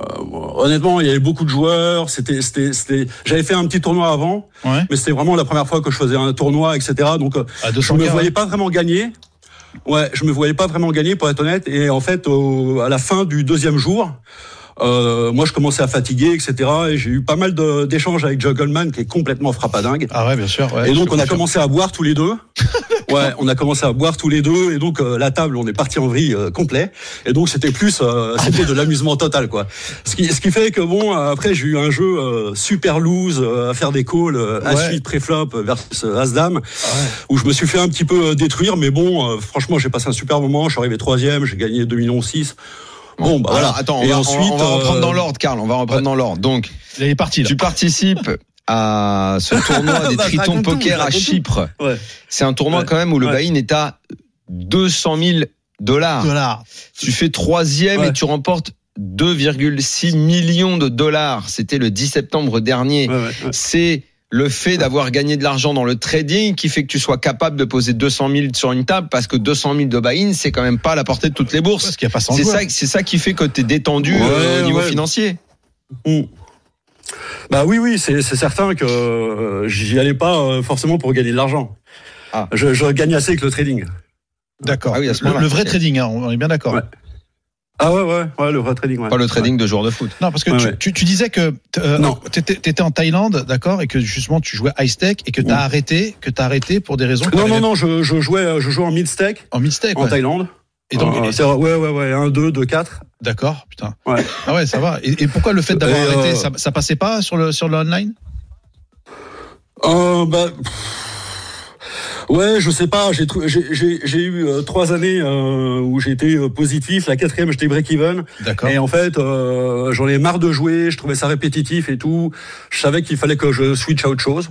Speaker 6: honnêtement, il y avait beaucoup de joueurs. C'était, c'était, c'était. J'avais fait un petit tournoi avant,
Speaker 2: Ouais.
Speaker 6: mais c'était vraiment la première fois que je faisais un tournoi, etc. Donc, euh,
Speaker 2: À
Speaker 6: je
Speaker 2: 200
Speaker 6: me voyais pas vraiment gagner. Ouais, je me voyais pas vraiment gagner, pour être honnête. Et en fait, au- à la fin du deuxième jour. euh, moi, je commençais à fatiguer, etc. Et j'ai eu pas mal de- d'échanges avec Juggleman, qui est complètement frappadingue.
Speaker 2: Ah ouais, bien sûr. ouais.
Speaker 6: Et
Speaker 2: Je
Speaker 6: donc on a
Speaker 2: confirme.
Speaker 6: commencé à boire tous les
Speaker 2: *laughs*
Speaker 6: deux. Ouais, on a commencé à boire tous les deux et donc euh, la table, on est parti en vrille euh, complet. Et donc c'était plus, euh, c'était de l'amusement total quoi. Ce qui, ce qui fait que bon, euh, après j'ai eu un jeu euh, super loose euh, à faire des calls, euh, As
Speaker 2: Ouais. Ah
Speaker 6: suite préflop euh, versus euh, As dame, où je me suis fait un petit peu euh, détruire, mais bon, euh, franchement j'ai passé un super moment. Je suis arrivé troisième, j'ai gagné 2 millions 6. Bon, bah
Speaker 1: Alors,
Speaker 6: voilà.
Speaker 1: attends, on
Speaker 6: et
Speaker 1: va, on va-
Speaker 6: ensuite,
Speaker 1: on va reprendre
Speaker 6: euh,
Speaker 1: dans l'ordre, Karl. On va reprendre dans l'ordre. Donc,
Speaker 2: Il est parti. Là.
Speaker 1: tu
Speaker 6: *laughs*
Speaker 1: participes à ce tournoi des
Speaker 6: Bah,
Speaker 1: Tritons
Speaker 6: raconte tout,
Speaker 1: Poker à
Speaker 6: raconte tout.
Speaker 1: Chypre.
Speaker 6: Ouais.
Speaker 1: C'est un tournoi
Speaker 6: Ouais.
Speaker 1: quand même où le
Speaker 6: Ouais.
Speaker 1: buy-in est à 200 000 dollars.
Speaker 2: dollars.
Speaker 1: Tu fais troisième
Speaker 6: Ouais.
Speaker 1: et tu remportes 2,6 millions de dollars. C'était le 10 septembre dernier.
Speaker 6: Ouais, ouais, ouais.
Speaker 1: C'est le fait d'avoir gagné de l'argent dans le trading qui fait que tu sois capable de poser 200 000 sur une table parce que 200 000 de buy-in, c'est quand même pas à la portée de toutes les bourses.
Speaker 2: Parce qu'il n'y a pas 100
Speaker 1: C'est
Speaker 2: joueurs.
Speaker 1: ça, c'est ça qui fait que t'es détendu
Speaker 6: Ouais,
Speaker 1: euh, au niveau
Speaker 6: ouais.
Speaker 1: financier.
Speaker 6: Mm. Bah oui, oui, c'est c'est certain que euh, j'y allais pas euh, forcément pour gagner de l'argent.
Speaker 1: Ah.
Speaker 6: Je, je gagne assez avec le trading.
Speaker 2: D'accord.
Speaker 1: Ah oui, à ce
Speaker 2: le,
Speaker 1: moment-là.
Speaker 2: le vrai trading, hein, on est bien d'accord.
Speaker 6: Ouais. Ah ouais, ouais, ouais, le vrai trading. Ouais.
Speaker 1: Pas le trading de joueurs de foot.
Speaker 2: Non, parce que
Speaker 6: Ouais,
Speaker 2: tu,
Speaker 6: ouais.
Speaker 2: tu- tu disais que
Speaker 6: Non.
Speaker 2: tu étais en Thaïlande, d'accord, et que justement tu jouais high stake et que tu as
Speaker 6: Ouais.
Speaker 2: arrêté, que t'as arrêté pour des raisons. que
Speaker 6: Mm. Non,
Speaker 2: t'avais-
Speaker 6: non, non, je, je jouais, euh, je jouais en mid-stack
Speaker 2: En mid stake.
Speaker 6: en Thaïlande.
Speaker 2: Et donc,
Speaker 6: Euh,
Speaker 2: et-
Speaker 6: c'est- ouais, ouais, ouais, 1, 2, 2, 4.
Speaker 2: d'accord, putain.
Speaker 1: *coughs*
Speaker 6: Ouais.
Speaker 2: Ah ouais, ça va. Et, et pourquoi le fait d'avoir
Speaker 6: Et, euh,
Speaker 2: arrêté, ça, ça passait pas sur le sur le online
Speaker 6: Euh, bah, pff, ouais, je sais pas, j'ai trou- j'ai- j'ai- j'ai eu euh, trois années euh, où j'étais euh, positif. La quatrième, j'étais break-even.
Speaker 2: D'accord.
Speaker 6: Et en fait, euh, j'en ai marre de jouer, je trouvais ça répétitif et tout. Je savais qu'il fallait que je switch à autre chose.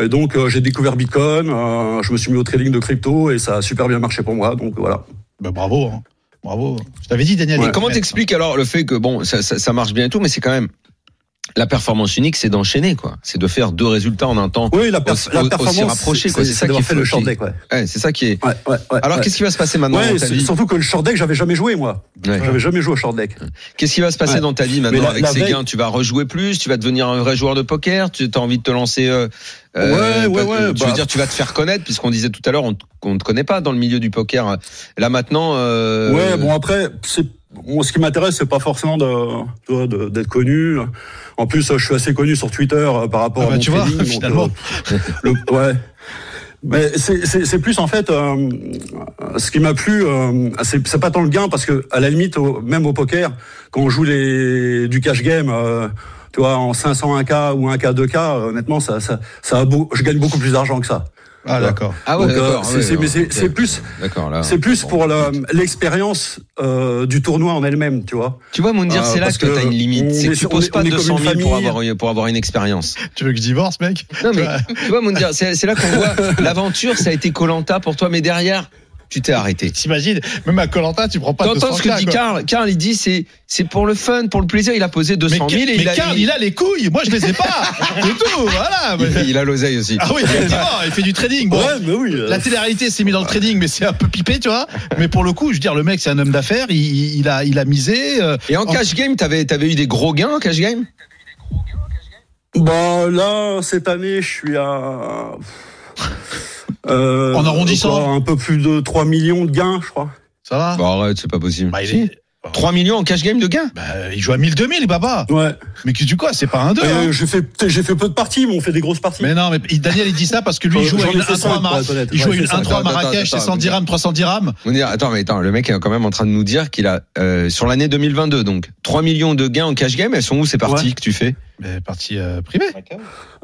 Speaker 6: Et donc, euh, j'ai découvert Bitcoin, euh, je me suis mis au trading de crypto et ça a super bien marché pour moi. Donc voilà.
Speaker 2: Bah, bravo, hein. bravo. Je t'avais dit, Daniel.
Speaker 6: Ouais.
Speaker 2: il
Speaker 1: Comment
Speaker 2: faut mettre,
Speaker 1: t'expliques alors le fait que bon, ça, ça- ça marche bien et tout, mais c'est quand même la performance unique, c'est d'enchaîner quoi, c'est de faire deux résultats en un temps.
Speaker 6: Oui, la, perf-
Speaker 1: Aussi-
Speaker 6: la
Speaker 1: aussi
Speaker 6: performance,
Speaker 1: rapproché, quoi. C'est ça
Speaker 6: d'avoir
Speaker 1: qui est
Speaker 6: fait le
Speaker 1: fou,
Speaker 6: short
Speaker 1: qui-
Speaker 6: deck. Ouais.
Speaker 1: Ouais, c'est ça qui est.
Speaker 6: Ouais, ouais, ouais,
Speaker 1: Alors
Speaker 6: ouais.
Speaker 1: qu'est-ce qui va se passer maintenant
Speaker 6: Ouais,
Speaker 1: dans ta
Speaker 6: c'est-
Speaker 1: vie
Speaker 6: surtout que le short deck, j'avais jamais joué moi.
Speaker 1: Ouais.
Speaker 6: J'avais jamais joué au short deck.
Speaker 1: Qu'est-ce qui va se passer
Speaker 6: Ouais.
Speaker 1: dans ta vie maintenant
Speaker 6: Mais la-
Speaker 1: avec
Speaker 6: la
Speaker 1: ces
Speaker 6: veille-
Speaker 1: gains Tu vas rejouer plus, tu vas devenir un vrai joueur de poker, tu as envie de te lancer. euh, euh,
Speaker 6: Ouais, ouais,
Speaker 1: pas-
Speaker 6: ouais,
Speaker 1: Tu veux
Speaker 6: bah-
Speaker 1: dire, tu vas te faire connaître, puisqu'on disait tout à l'heure, on ne te connaît pas dans le milieu du poker. Là maintenant. euh,
Speaker 6: Ouais, bon après, c'est bon, ce qui m'intéresse, c'est pas forcément de- tu vois, de- d'être connu. En plus, euh, je suis assez connu sur Twitter euh, par rapport
Speaker 2: Ah bah,
Speaker 6: à mon
Speaker 2: tu vois,
Speaker 6: trading. donc,
Speaker 2: finalement.
Speaker 6: euh, le- ouais. Mais c'est- c'est c'est plus en fait euh, ce qui m'a plu, euh, c'est c'est pas tant le gain parce que à la limite, au- même au poker, quand on joue les du cash game. euh, tu vois, en 501K ou 1K, 2K, euh, honnêtement, ça, ça, ça a beau, je gagne beaucoup plus d'argent que ça.
Speaker 2: Ah d'accord.
Speaker 1: Ah ouais,
Speaker 6: Donc, euh,
Speaker 1: d'accord,
Speaker 6: c'est-
Speaker 1: ouais,
Speaker 6: c'est- mais c'est
Speaker 1: ouais,
Speaker 6: c'est
Speaker 1: ok.
Speaker 6: plus,
Speaker 1: D'accord, là.
Speaker 6: c'est plus
Speaker 1: Ah, bon.
Speaker 6: pour la- l'expérience euh, du tournoi en elle-même, tu vois.
Speaker 1: Tu vois, Moundir,
Speaker 6: Euh,
Speaker 1: c'est là
Speaker 6: parce
Speaker 1: que,
Speaker 6: que
Speaker 1: t'as une
Speaker 6: on
Speaker 1: limite. C'est que
Speaker 6: est-
Speaker 1: tu
Speaker 6: on
Speaker 1: poses
Speaker 6: est-
Speaker 1: pas
Speaker 6: on est comme
Speaker 1: 200
Speaker 6: une
Speaker 1: 000 pour
Speaker 6: famille.
Speaker 1: avoir, pour avoir une expérience.
Speaker 2: Tu veux que je divorce, mec
Speaker 1: Non, mais tu vois, Moundir, c'est c'est là qu'on
Speaker 2: *laughs*
Speaker 1: voit l'aventure, ça a été Colanta pour toi, mais derrière, tu t'es arrêté.
Speaker 2: T'imagines Même à Colanta, tu prends pas.
Speaker 1: T'entends
Speaker 2: 200
Speaker 1: ce que
Speaker 2: cas,
Speaker 1: dit
Speaker 2: quoi.
Speaker 1: Karl Karl, il dit c'est c'est pour le fun, pour le plaisir. Il a posé 200
Speaker 2: Mais,
Speaker 1: 000 et
Speaker 2: mais
Speaker 1: il a
Speaker 2: Karl,
Speaker 1: il-
Speaker 2: il a les couilles. Moi, je les ai pas. C'est tout. Voilà.
Speaker 1: *laughs* il fait- il a l'oseille aussi.
Speaker 2: Ah oui, effectivement, il fait du trading. Bon,
Speaker 6: Ouais, mais oui. euh,
Speaker 2: La télé-réalité s'est mise dans le trading, mais c'est un peu pipé, tu vois. Mais pour le coup, je veux dire, le mec, c'est un homme d'affaires, il, il a, il a misé. euh,
Speaker 1: Et en cash game, t'avais avais eu des gros gains en cash game
Speaker 6: Bah là, cette année, je suis à. euh,
Speaker 2: En arrondissant.
Speaker 6: quoi, Un peu plus de 3 millions de gains, je crois.
Speaker 2: Ça va
Speaker 1: Bah arrête, c'est pas possible.
Speaker 2: Ah. bah, il, est-
Speaker 1: 3 millions en cash game de gains
Speaker 2: bah, il joue à 1000-2000, papa.
Speaker 6: Ouais.
Speaker 2: Mais que tu quoi C'est pas un 2.
Speaker 6: Euh, j'ai fait, j'ai fait peu de parties, mais on fait des grosses parties.
Speaker 2: hein. Mais non, mais il- Daniel, il dit ça parce que lui, il joue
Speaker 6: J'en
Speaker 2: à
Speaker 6: ai
Speaker 2: une
Speaker 6: fait
Speaker 2: 1-3 à
Speaker 6: cinq,
Speaker 2: Mar-
Speaker 6: pour être honnête.
Speaker 2: Il
Speaker 6: J'en
Speaker 2: joue à
Speaker 6: ai
Speaker 2: une
Speaker 6: fait cinq.
Speaker 2: 1-3 à
Speaker 1: Attends, attends,
Speaker 2: Marrakech, c'est
Speaker 1: attends,
Speaker 2: 100 dirhams, 300 dirhams.
Speaker 1: On dirait- attends, mais attends, le mec est quand même en train de nous dire qu'il a, euh, sur l'année 2022, donc 3 millions de gains en cash game, elles sont où ces parties
Speaker 6: Ouais.
Speaker 1: que tu fais
Speaker 2: Mais partie euh, privée.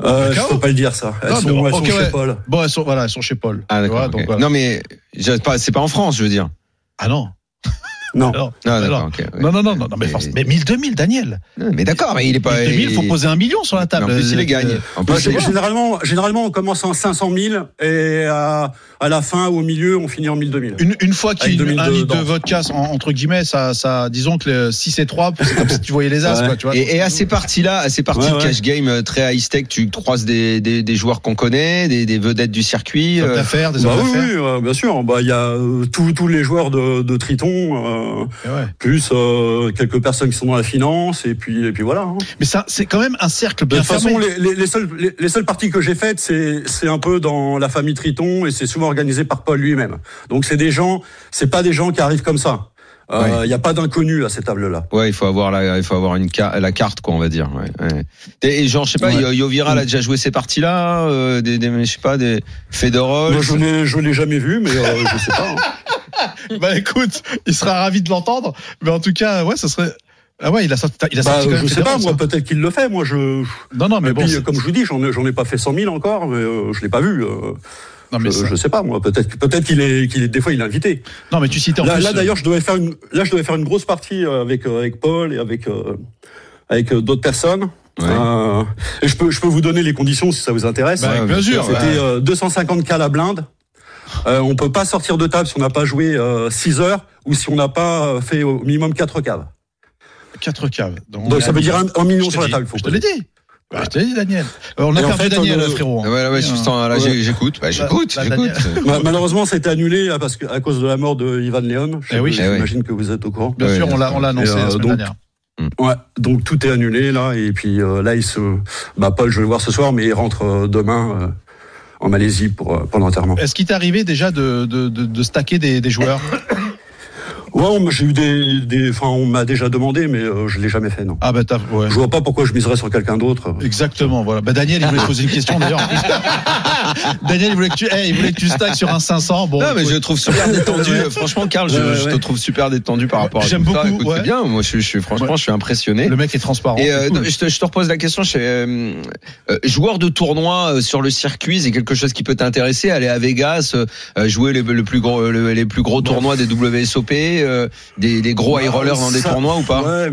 Speaker 6: Euh, je
Speaker 2: D'accord.
Speaker 6: peux pas le dire, ça. Elles
Speaker 2: Non,
Speaker 6: sont,
Speaker 2: mais bon,
Speaker 6: elles sont
Speaker 2: ok,
Speaker 6: chez
Speaker 2: ouais.
Speaker 6: Paul.
Speaker 2: Bon, elles sont, voilà, elles sont chez Paul.
Speaker 1: Ah
Speaker 2: Tu vois,
Speaker 1: d'accord.
Speaker 2: donc,
Speaker 1: ok.
Speaker 2: voilà.
Speaker 1: Non mais je- c'est pas, c'est pas en France, je veux dire.
Speaker 2: Ah non.
Speaker 6: Non.
Speaker 2: Alors,
Speaker 1: Non,
Speaker 2: Alors,
Speaker 1: d'accord. ok, ouais.
Speaker 2: non, non, non, non, non, mais,
Speaker 1: Mais-
Speaker 2: forcément- mais 1000-2000, Daniel.
Speaker 1: Non, Mais d'accord, mais il est pas.
Speaker 2: 1000, il faut poser un million sur la
Speaker 1: Mais
Speaker 2: table.
Speaker 1: En plus, il les gagne.
Speaker 2: Euh,
Speaker 1: En plus,
Speaker 6: Bah,
Speaker 1: c'est-
Speaker 6: gé- généralement, généralement, on commence en 500 000 et à, à la fin ou au milieu, on finit en 1000, 2000.
Speaker 2: Une, une fois qu'il y a
Speaker 6: Avec
Speaker 2: une-
Speaker 6: 2000
Speaker 2: un
Speaker 6: de-
Speaker 2: litre de
Speaker 6: dans-
Speaker 2: vodka, en- entre guillemets, ça, ça, disons que le 6 et 3, c'est comme si tu voyais les as,
Speaker 6: Ouais.
Speaker 2: quoi, tu vois.
Speaker 1: Et, et à ces parties-là, à ces parties
Speaker 6: Ouais,
Speaker 1: de
Speaker 6: ouais.
Speaker 1: cash game euh, très high tech, tu croises des, des, des joueurs qu'on connaît, des, des vedettes du circuit.
Speaker 2: Des hommes
Speaker 1: euh,
Speaker 2: d'affaires, des
Speaker 6: Bah
Speaker 2: hommes
Speaker 6: oui,
Speaker 2: d'affaires.
Speaker 6: oui, euh, bien sûr. Bah, il y a euh, tous tous les joueurs de, de Triton, euh,
Speaker 2: Et ouais.
Speaker 6: plus euh, quelques personnes qui sont dans la finance, et puis, et puis voilà. hein.
Speaker 2: Mais ça, c'est quand même un cercle
Speaker 6: De
Speaker 2: bien
Speaker 6: toute façon,
Speaker 2: fermé.
Speaker 6: les, les, les seules, les, les seules parties que j'ai faites, c'est c'est un peu dans la famille Triton et c'est souvent organisé par Paul lui-même. Donc c'est des gens, c'est pas des gens qui arrivent comme ça. Il
Speaker 1: Ouais.
Speaker 6: n'y a pas d'inconnus à cette table-là.
Speaker 1: Ouais, il faut avoir la, il faut avoir une ca- la carte, quoi, on va dire. Ouais, ouais. Et, et genre, je sais pas, Yo- Yovira elle a déjà joué ces parties-là, euh, des, des, je sais pas, des Fedorov.
Speaker 6: Moi, je n'ai je l'ai jamais vu, mais euh, je sais pas. hein.
Speaker 2: Bah écoute, il sera ravi de l'entendre. Mais en tout cas, ouais, ça serait. Ah ouais, il a sorti, *laughs* il a
Speaker 6: Bah,
Speaker 2: sorti quand
Speaker 6: je
Speaker 2: même
Speaker 6: sais pas,
Speaker 2: Federer,
Speaker 6: moi
Speaker 2: ça.
Speaker 6: peut-être qu'il le fait. Moi, je.
Speaker 2: Non, non, mais
Speaker 6: et
Speaker 2: bon.
Speaker 6: puis,
Speaker 2: c'est-
Speaker 6: comme je vous dis, j'en ai, j'en ai pas fait 100 000 encore, mais euh, je l'ai pas vu. euh,
Speaker 2: Non, mais
Speaker 6: je,
Speaker 2: ça-
Speaker 6: je sais pas, moi. Peut-être, peut-être qu'il est, qu'il est, des fois, il est invité.
Speaker 2: non, mais tu citais en
Speaker 6: Là,
Speaker 2: plus. euh,
Speaker 6: là, d'ailleurs, je devais faire une, là, je devais faire une grosse partie euh, avec euh, avec Paul et avec euh, avec euh, d'autres personnes.
Speaker 1: Ouais.
Speaker 6: Euh, et je peux, je peux vous donner les conditions si ça vous intéresse. euh,
Speaker 2: Bah,
Speaker 1: Ouais,
Speaker 2: bien
Speaker 1: bien
Speaker 2: sûr.
Speaker 6: C'était
Speaker 2: bah,
Speaker 6: euh, 250 k la blinde. Euh, on peut pas sortir de table si on n'a pas joué 6 heures ou si on n'a pas euh, fait au minimum 4 caves.
Speaker 2: 4 caves.
Speaker 6: euh, Donc ça veut dire 1 million sur la table. Faut
Speaker 2: euh, Je te l'ai dit. Bah,
Speaker 6: Ouais.
Speaker 2: Je te l'ai dit, Daniel. Euh, On a
Speaker 6: Et en
Speaker 2: perdu
Speaker 6: fait, euh,
Speaker 2: Daniel,
Speaker 6: on-
Speaker 2: frérot. hein. Euh,
Speaker 1: Ah ouais, là, ouais, je sens- là,
Speaker 6: Ouais.
Speaker 1: j'ai- j'écoute, bah, j'écoute,
Speaker 2: Bah, bah,
Speaker 1: j'écoute.
Speaker 6: Ma- Malheureusement, ça a été annulé là, parce que, à cause de la mort de Ivan Leon. Je-
Speaker 2: Eh oui.
Speaker 1: Eh oui.
Speaker 6: J'imagine que vous êtes au courant.
Speaker 2: Bien
Speaker 1: Ouais,
Speaker 2: sûr, on l'a on l'a annoncé
Speaker 6: Et,
Speaker 2: la
Speaker 6: euh,
Speaker 2: semaine
Speaker 6: donc,
Speaker 2: dernière.
Speaker 6: Ouais, donc tout est annulé là. Et puis euh, là, il se. Bah, Paul, je vais le voir ce soir, mais il rentre euh, demain euh, en Malaisie pour, euh, pour l'enterrement.
Speaker 2: Est-ce qu'il t'est arrivé déjà de, de, de, de stacker des, des joueurs
Speaker 6: Ouais, on- j'ai eu des. des- Enfin, on m'a déjà demandé, mais euh, je l'ai jamais fait, non.
Speaker 2: Ah, bah, t'as. Ouais.
Speaker 6: Je vois pas pourquoi je miserais sur quelqu'un d'autre. euh.
Speaker 2: Exactement, voilà. Bah, Daniel, il voulait te poser une question d'ailleurs. en plus. *laughs* Daniel, il voulait, que tu, eh, il voulait que tu stackes sur un 500. Bon,
Speaker 1: Non, mais je
Speaker 2: écoute,
Speaker 1: te trouve super détendu. Franchement, Karl, je,
Speaker 6: Ouais, ouais,
Speaker 1: je te
Speaker 6: ouais.
Speaker 1: trouve super détendu par rapport à
Speaker 2: J'aime
Speaker 1: tout ça.
Speaker 2: beaucoup,
Speaker 1: Écoute,
Speaker 2: ouais.
Speaker 1: c'est bien. Moi, je, je suis franchement,
Speaker 2: Ouais.
Speaker 1: je suis impressionné.
Speaker 2: le mec est transparent.
Speaker 1: Et euh,
Speaker 2: c'est cool.
Speaker 1: non, je, te, je te repose la question. Je, euh, euh, joueur de tournoi euh, sur le circuit, c'est quelque chose qui peut t'intéresser. Aller à Vegas, euh, euh, jouer les, le plus gros, le- les plus gros tournois des WSOP, euh, des, des gros high
Speaker 6: Bah,
Speaker 1: rollers dans des
Speaker 6: ça-
Speaker 1: tournois ou pas
Speaker 6: Ouais.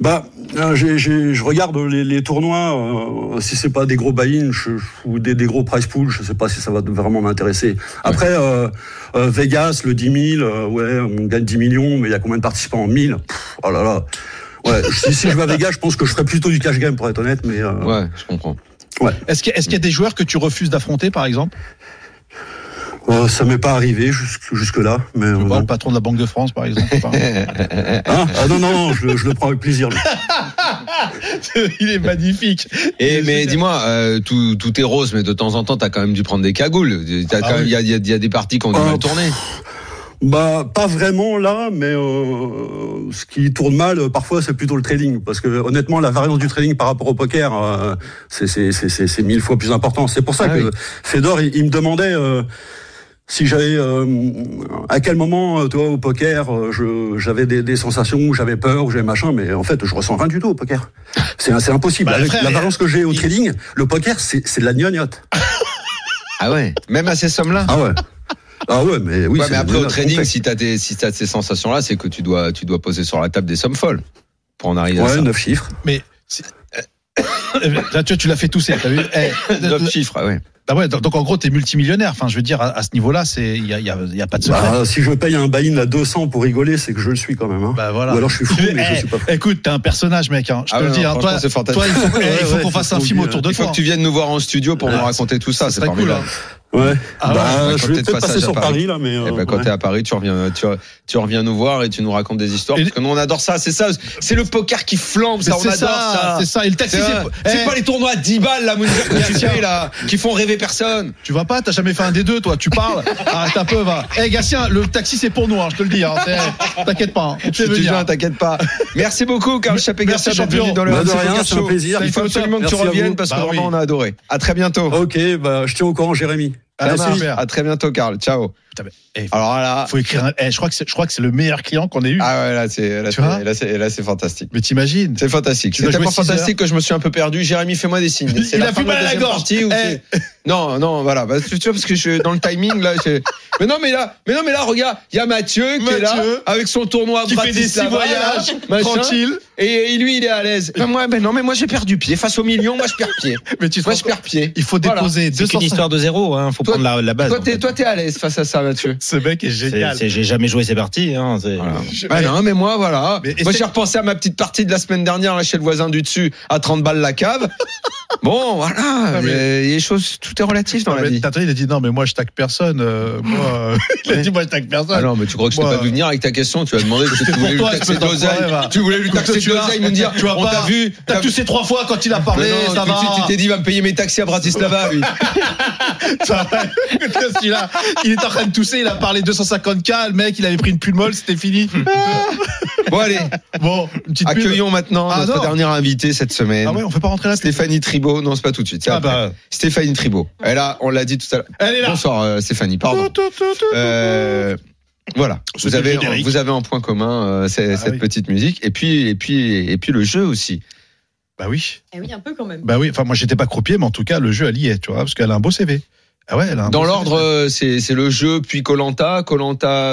Speaker 6: Bah, euh, j'ai- j'ai- je regarde les, les tournois. euh, si c'est pas des gros buy-in je- je- ou des, des gros price pools, je sais pas si ça va vraiment m'intéresser. Après, euh, euh, Vegas, le 10 000, euh, ouais, on gagne 10 millions, mais il y a combien de participants en 1000 Pff, Oh là là. Ouais, si, si je vais à Vegas, je pense que je ferais plutôt du cash game pour être honnête, mais euh,
Speaker 1: Ouais, je comprends.
Speaker 2: Est-ce qu'il y, a- est-ce qu'il y a des joueurs que tu refuses d'affronter, par exemple
Speaker 6: euh, ça m'est pas arrivé jusque jusque là. Mais euh,
Speaker 2: Je sais pas, Oh, Le
Speaker 6: non.
Speaker 2: patron de la Banque de France, par exemple.
Speaker 1: *laughs*
Speaker 2: je sais pas.
Speaker 6: Hein ah non non, non, je, je le prends avec plaisir. lui.
Speaker 2: il est magnifique.
Speaker 1: Et
Speaker 2: Je
Speaker 1: mais
Speaker 2: sais-
Speaker 1: dis-moi, euh, tout, tout est rose, mais de temps en temps, t'as quand même dû prendre des cagoules. T'as
Speaker 2: Ah
Speaker 1: quand même-
Speaker 2: oui.
Speaker 1: Il y, a, il y a- il y a des parties qui ont du
Speaker 6: Oh,
Speaker 1: mal tourné.
Speaker 6: Bah, pas vraiment là, mais euh, ce qui tourne mal euh, parfois, c'est plutôt le trading, parce que honnêtement, la variance du trading par rapport au poker, euh, c'est c'est c'est c'est c'est mille fois plus important. C'est pour ça
Speaker 1: Ah
Speaker 6: que
Speaker 1: oui.
Speaker 6: Fedor, il, il me demandait. euh, si j'avais euh, à quel moment euh, toi au poker euh, je j'avais des, des sensations où j'avais peur où j'avais machin mais en fait je ressens rien du tout au poker c'est c'est impossible
Speaker 2: Bah,
Speaker 6: avec
Speaker 2: frère,
Speaker 6: la
Speaker 2: il-
Speaker 6: variance que j'ai au
Speaker 2: il-
Speaker 6: trading le poker c'est c'est de la gnognotte
Speaker 1: Ah ouais. Même à ces sommes-là.
Speaker 6: ah ouais ah ouais mais oui
Speaker 1: Ouais, mais
Speaker 6: c'est de la
Speaker 1: après au
Speaker 6: gnognotte
Speaker 1: trading, euh,
Speaker 6: complète.
Speaker 1: si t'as des- si t'as ces sensations-là, c'est que tu dois, tu dois poser sur la table des sommes folles pour en arriver à
Speaker 6: ouais
Speaker 1: ça.
Speaker 6: neuf chiffres
Speaker 2: Mais. si- *coughs* Là, tu vois, tu l'as fait tousser, t'as vu
Speaker 1: *laughs*
Speaker 2: Eh,
Speaker 1: Neuf chiffres, ah ouais.
Speaker 2: Ah ouais, donc donc, en gros, t'es multimillionnaire. Enfin, je veux dire, à, à ce niveau-là, c'est il y a, il y a- il y a pas de secret. Bah,
Speaker 6: Bah, si je paye un buy-in à 200 pour rigoler, c'est que je le suis quand même. Hein.
Speaker 2: Bah,
Speaker 1: Bah,
Speaker 2: voilà.
Speaker 6: Ou alors je suis fou, mais
Speaker 2: Eh,
Speaker 6: je suis pas fou.
Speaker 2: Écoute, t'es un personnage, mec. hein. Je
Speaker 1: Ah
Speaker 2: te
Speaker 1: ouais,
Speaker 2: le dis.
Speaker 1: non,
Speaker 2: hein,
Speaker 1: franchement,
Speaker 2: toi,
Speaker 1: c'est fantastique.
Speaker 2: toi, il faut, eh, il
Speaker 1: *laughs*
Speaker 2: faut
Speaker 6: ouais,
Speaker 2: qu'on fasse
Speaker 6: c'est
Speaker 2: un
Speaker 6: trop
Speaker 2: film
Speaker 6: bien.
Speaker 2: autour de
Speaker 1: Il faut
Speaker 2: toi.
Speaker 1: que tu viennes nous voir en studio pour
Speaker 2: Ah,
Speaker 1: nous raconter tout ça.
Speaker 2: ça
Speaker 1: C'est
Speaker 2: serait cool.
Speaker 1: formidable.
Speaker 2: hein.
Speaker 6: Ouais.
Speaker 2: Ah
Speaker 1: Eh.
Speaker 2: ouais.
Speaker 6: bah,
Speaker 1: ouais, quand
Speaker 6: je
Speaker 1: t'es de
Speaker 6: vais peut-être
Speaker 1: passage
Speaker 6: passer
Speaker 1: à
Speaker 6: sur
Speaker 1: Paris.
Speaker 6: Paris, là, mais.
Speaker 1: Eh
Speaker 6: euh,
Speaker 1: ben, quand
Speaker 6: ouais.
Speaker 1: t'es à Paris, tu reviens, tu, tu reviens nous voir et tu nous racontes des histoires.
Speaker 2: Et-
Speaker 1: Parce que nous, on adore ça. C'est ça. C'est le poker qui flambe.
Speaker 2: Mais
Speaker 1: Ça, on
Speaker 2: C'est
Speaker 1: adore ça.
Speaker 2: ça, c'est ça. Et le taxi,
Speaker 1: C'est vrai. C'est
Speaker 2: eh,
Speaker 1: pas les tournois à 10 balles, là, mon Dieu,
Speaker 2: *laughs*
Speaker 1: que *laughs* tu fais, là, qui font rêver personne.
Speaker 2: Tu vas pas, t'as jamais fait un des deux, toi. Tu parles.
Speaker 1: *laughs*
Speaker 2: Arrête un peu, va. Eh, Gatien, le taxi, c'est pour nous, hein, je te le dis. hein. C'est- T'inquiète pas. hein. On te fait
Speaker 1: Je te
Speaker 2: venir.
Speaker 1: jure, t'inquiète pas. Merci beaucoup, Carl
Speaker 2: *laughs* Merci,
Speaker 1: Chapé-Garcia, d'être
Speaker 2: champion.
Speaker 1: venu dans le
Speaker 6: Bah, de
Speaker 1: RMC
Speaker 6: rien,
Speaker 1: Poker
Speaker 6: c'est un
Speaker 1: Show.
Speaker 6: plaisir.
Speaker 1: Il faut
Speaker 2: Merci
Speaker 1: absolument que tu
Speaker 6: à vous.
Speaker 1: reviennes parce que
Speaker 2: Bah oui.
Speaker 1: vraiment, on a adoré. À très bientôt.
Speaker 6: Ok, bah, je tiens au courant, Jérémy.
Speaker 2: Ah,
Speaker 1: Ça
Speaker 2: merci.
Speaker 1: marche. À très bientôt, Carl. Ciao.
Speaker 2: Putain, mais, eh, faut-
Speaker 1: Alors ah, là,
Speaker 2: Faut écrire un- eh, je crois que c'est, je crois que c'est le meilleur client qu'on ait eu.
Speaker 1: ah ouais, là, c'est, là,
Speaker 2: Tu vois
Speaker 1: c'est- là, c'est, là, c'est fantastique.
Speaker 2: Mais t'imagines.
Speaker 1: C'est fantastique.
Speaker 2: Tu
Speaker 1: C'est
Speaker 2: dois
Speaker 1: tellement
Speaker 2: jouer six
Speaker 1: fantastique que je me suis un peu perdu. Jérémy, fais-moi des
Speaker 2: *laughs*
Speaker 1: signes. C'est
Speaker 2: Il
Speaker 1: la
Speaker 2: a
Speaker 1: fin
Speaker 2: plus
Speaker 1: de la
Speaker 2: mal à la
Speaker 1: deuxième
Speaker 2: gorge.
Speaker 1: partie où
Speaker 2: Eh.
Speaker 1: c'est- Non, non, voilà. Bah, tu tu vois, parce que je, dans le timing, là, j'ai- mais non, mais là, mais non, mais là, regarde, il y a Mathieu, qui est là,
Speaker 2: Mathieu.
Speaker 1: avec son tournoi à
Speaker 2: Qui fait des six
Speaker 1: Bratislava, là,
Speaker 2: voyages,
Speaker 1: machin.
Speaker 2: tranquille.
Speaker 1: Et, et lui, il est à l'aise. Ben, moi, ben non, mais moi, j'ai perdu pied. Face au million, moi, je perds pied.
Speaker 2: *laughs* Mais tu te
Speaker 1: Moi,
Speaker 2: rends
Speaker 1: je perds pied.
Speaker 2: Il faut
Speaker 1: Voilà.
Speaker 2: déposer
Speaker 3: C'est
Speaker 2: 200.
Speaker 3: qu'une histoire de zéro, hein. Faut
Speaker 1: Toi-
Speaker 3: prendre la, la base.
Speaker 1: Toi,
Speaker 3: en
Speaker 1: t'es,
Speaker 3: fait.
Speaker 1: toi, t'es à l'aise face à ça, Mathieu.
Speaker 2: Ce mec est
Speaker 3: C'est-
Speaker 2: génial.
Speaker 3: c'est- J'ai jamais joué ces parties, hein. c'est-
Speaker 2: Je-
Speaker 1: Ben non, mais moi, voilà.
Speaker 2: Mais
Speaker 1: moi,
Speaker 2: essaie-
Speaker 1: j'ai repensé à ma petite partie de la semaine dernière, là, chez le voisin du dessus, à 30 balles la
Speaker 2: *laughs*
Speaker 1: cave. bon, voilà.
Speaker 2: Ah, mais-
Speaker 1: euh, Les choses, tout est relatif dans
Speaker 2: Non,
Speaker 1: la
Speaker 2: mais
Speaker 1: vie.
Speaker 2: t'as entendu, il a dit non, mais moi je taque personne. euh, moi, *laughs* euh, il a dit moi je taque
Speaker 1: Ah
Speaker 2: personne.
Speaker 1: non, mais tu crois que je t'ai
Speaker 2: Moi,
Speaker 1: pas vu venir avec ta question Tu as demandé
Speaker 2: *laughs*
Speaker 1: que tu
Speaker 2: pour
Speaker 1: voulais lui
Speaker 2: toi,
Speaker 1: taxer
Speaker 2: je peux t'en parler,
Speaker 1: d'oseille.
Speaker 2: va.
Speaker 1: Tu voulais lui
Speaker 2: Comme
Speaker 1: taxer
Speaker 2: ça, tu vas-
Speaker 1: d'oseille, me dire
Speaker 2: tu vas
Speaker 1: On
Speaker 2: pas-
Speaker 1: t'a vu
Speaker 2: T'as toussé trois fois quand il a parlé,
Speaker 1: Mais non,
Speaker 2: ça
Speaker 1: tout de
Speaker 2: va.
Speaker 1: suite, tu t'es dit, va me payer mes taxis à Bratislava, lui.
Speaker 2: Ça va. Écoute, celui-là, il est en train de tousser, il a parlé 250K, le mec, il avait pris une pulmole, c'était fini.
Speaker 1: Bon, allez,
Speaker 2: Bon, une petite pub.
Speaker 1: accueillons maintenant
Speaker 2: Ah,
Speaker 1: notre
Speaker 2: non.
Speaker 1: dernière invitée cette semaine.
Speaker 2: Ah ouais, on fait pas rentrer là, Stéphane.
Speaker 1: Stéphanie Tribault, non, c'est pas tout de suite. c'est
Speaker 2: Ah
Speaker 1: après.
Speaker 2: bah.
Speaker 1: Stéphanie Tribault. Elle a, on l'a dit tout à l'heure.
Speaker 2: Elle est là.
Speaker 1: Bonsoir, euh, Stéphanie, pardon.
Speaker 2: Tout, tout, tout, tout, tout.
Speaker 1: Euh, voilà,
Speaker 2: C'était
Speaker 1: vous avez,
Speaker 2: le générique. Ah
Speaker 1: vous avez en point commun euh, c'est- cette
Speaker 2: oui.
Speaker 1: petite musique et puis, et, puis, et puis le jeu aussi.
Speaker 2: Bah oui.
Speaker 7: Eh oui, un peu quand même.
Speaker 2: Bah oui, enfin moi j'étais pas croupier, mais en tout cas le jeu elle y est, tu vois, parce qu'elle a un beau CV. Ah ouais, elle a un
Speaker 1: Dans
Speaker 2: beau
Speaker 1: l'ordre,
Speaker 2: CV.
Speaker 1: euh, c'est c'est le jeu, puis Colanta. Colanta,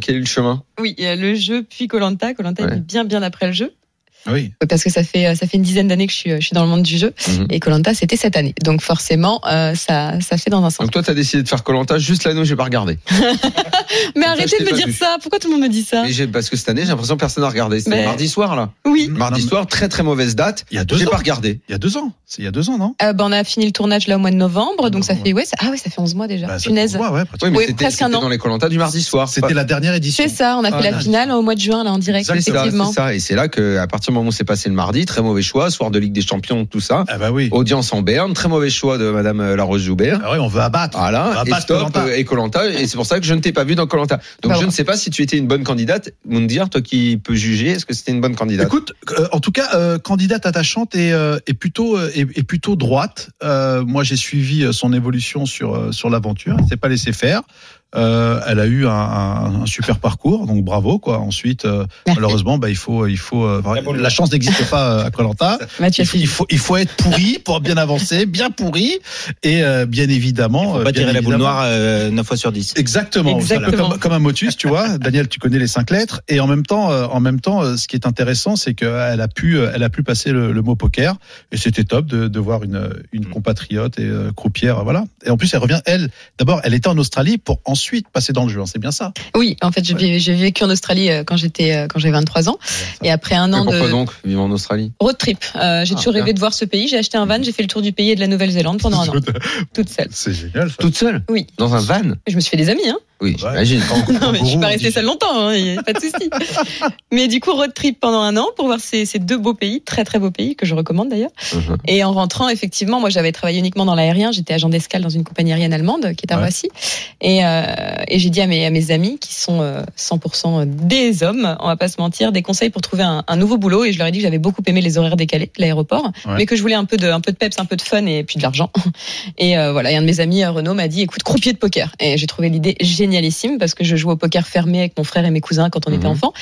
Speaker 1: quel est le chemin
Speaker 7: Oui, il y a le jeu, puis Colanta. Colanta
Speaker 1: Ouais.
Speaker 7: est bien, bien après le jeu.
Speaker 2: Ah Oui.
Speaker 7: parce que ça fait euh, ça fait une dizaine d'années que je suis, euh, je suis dans le monde du jeu
Speaker 1: Mhm.
Speaker 7: et Colanta c'était cette année. Donc forcément euh, ça ça fait dans un sens.
Speaker 1: Donc toi, t'as décidé de faire Colanta juste l'anneau, j'ai pas regardé.
Speaker 7: Hein Mais
Speaker 1: ça, je
Speaker 7: arrêtez
Speaker 1: t'ai
Speaker 7: de me
Speaker 1: pas
Speaker 7: dire
Speaker 1: vu.
Speaker 7: Ah, ça. Pourquoi tout le monde me dit ça
Speaker 1: Mais j'ai- parce que cette année, j'ai l'impression que personne n'a regardé. C'était
Speaker 7: Mais-
Speaker 1: mardi soir là.
Speaker 7: Oui.
Speaker 1: Mardi
Speaker 2: Non,
Speaker 1: soir, très très mauvaise date.
Speaker 2: Il y a deux
Speaker 1: J'ai
Speaker 2: ans.
Speaker 1: pas regardé.
Speaker 2: Il y a deux ans. C'est il y a deux ans, non
Speaker 7: Euh, ben, on a fini le tournage là au mois de novembre, donc ça
Speaker 2: Novembre,
Speaker 7: fait ouais ça, ah ouais ça fait 11 mois déjà.
Speaker 2: Bah, ça
Speaker 7: Punaise.
Speaker 2: se voit, ouais, pratiquement.
Speaker 1: Oui, mais
Speaker 7: Oui,
Speaker 1: c'était
Speaker 7: presque un
Speaker 1: c'était
Speaker 7: an.
Speaker 1: dans les Colanta du mardi soir.
Speaker 2: C'était la dernière édition.
Speaker 7: C'est ça, on a fait
Speaker 2: Ah,
Speaker 7: la
Speaker 2: nice.
Speaker 7: finale au mois de juin là en direct
Speaker 1: C'est ça,
Speaker 7: effectivement.
Speaker 1: c'est ça. Et c'est là que, à partir du moment où c'est passé le mardi, très mauvais choix, soir de Ligue des Champions, tout ça.
Speaker 2: Ah bah oui.
Speaker 1: Audience en berne, très mauvais choix de Madame euh, Laroche Joubert.
Speaker 2: Ah ouais, on veut abattre. On veut
Speaker 1: Voilà, et
Speaker 2: abattre
Speaker 1: stop,
Speaker 2: Koh-Lanta.
Speaker 1: euh, et Colanta, et c'est pour ça que je ne t'ai pas vu dans Colanta. Donc
Speaker 7: Bah,
Speaker 1: je
Speaker 7: ouais.
Speaker 1: ne sais pas si tu étais une bonne candidate. Moundir, toi qui peux juger, est-ce que c'était une bonne candidate
Speaker 2: Écoute, euh, en tout cas, euh, candidate attachante et, euh, et plutôt euh, et, et plutôt droite. Euh, moi, j'ai suivi euh, son évolution sur euh, sur l'aventure. Elle s'est pas laissée faire. Euh, elle a eu un, un- un super parcours, donc bravo quoi. Ensuite, euh,
Speaker 7: Merci.
Speaker 2: malheureusement, bah il faut il faut euh, enfin, la chance n'existe pas euh, à
Speaker 3: *laughs*
Speaker 2: Colanta.
Speaker 7: Mathieu
Speaker 2: Il faut, il faut il faut être pourri pour bien avancer, bien pourri et euh, bien évidemment.
Speaker 3: Faut
Speaker 2: euh,
Speaker 3: pas
Speaker 2: bien
Speaker 3: tirer la boule
Speaker 2: évidemment-
Speaker 3: noire euh, 9 fois sur 10.
Speaker 2: Exactement, c'est un peu
Speaker 7: Exactement.
Speaker 2: Comme, comme un motus, tu
Speaker 7: *laughs*
Speaker 2: vois. Daniel, tu connais les cinq lettres. Et en même temps, euh, en même temps, euh, ce qui est intéressant, c'est qu'elle a pu, euh, elle a pu passer le, le mot poker. Et c'était top de, de voir une, une
Speaker 3: Mm.
Speaker 2: compatriote et euh, croupière, voilà. Et en plus, elle revient, elle, d'abord, elle était en Australie pour ensuite passer dans le jeu. hein, C'est bien ça.
Speaker 7: Oui, en fait, j'ai j'ai vécu en Australie euh, quand j'étais euh, quand j'avais 23 ans et après un
Speaker 1: Mais
Speaker 7: an
Speaker 1: Pourquoi
Speaker 7: de
Speaker 1: donc, vivant en Australie
Speaker 7: road trip, euh, j'ai
Speaker 1: Ah,
Speaker 7: toujours rêvé
Speaker 1: bien. Mhm.
Speaker 7: de voir ce pays. J'ai acheté un van, j'ai fait le tour du pays et de la Nouvelle-Zélande pendant
Speaker 1: *laughs*
Speaker 7: un an, toute seule.
Speaker 2: C'est génial. Ça.
Speaker 1: Toute seule
Speaker 7: Oui.
Speaker 1: Dans un van
Speaker 7: Je me suis fait des amis, hein.
Speaker 1: Oui,
Speaker 2: Ouais.
Speaker 1: j'imagine.
Speaker 7: *laughs* Non, mais *laughs* je suis
Speaker 2: Kangourou,
Speaker 7: pas
Speaker 2: on
Speaker 7: restée
Speaker 2: dit.
Speaker 7: seule longtemps, hein, y a pas
Speaker 1: *laughs*
Speaker 7: de souci. mais du coup, road trip pendant un an pour voir ces, ces deux beaux pays, très très beaux pays que je recommande d'ailleurs.
Speaker 1: Mhm.
Speaker 7: Et en rentrant, effectivement, moi j'avais travaillé uniquement dans l'aérien, j'étais agent d'escale dans une compagnie aérienne allemande qui est à
Speaker 2: Ouais.
Speaker 7: Roissy. Et, euh, et j'ai dit à mes, à mes amis, qui sont euh, 100% des hommes, on va pas se mentir, des conseils pour trouver un, un nouveau boulot. Et je leur ai dit que j'avais beaucoup aimé les horaires décalés de l'aéroport,
Speaker 2: Ouais.
Speaker 7: mais que je voulais un peu, de, un peu de peps, un peu de fun et puis de l'argent. *laughs* Et euh, voilà, et un de mes amis, euh, Renaud, m'a dit écoute, croupier de poker. Et j'ai trouvé l'idée génialissime parce que je jouais au poker fermé avec mon frère et mes cousins quand on était
Speaker 1: Mhm.
Speaker 7: enfant.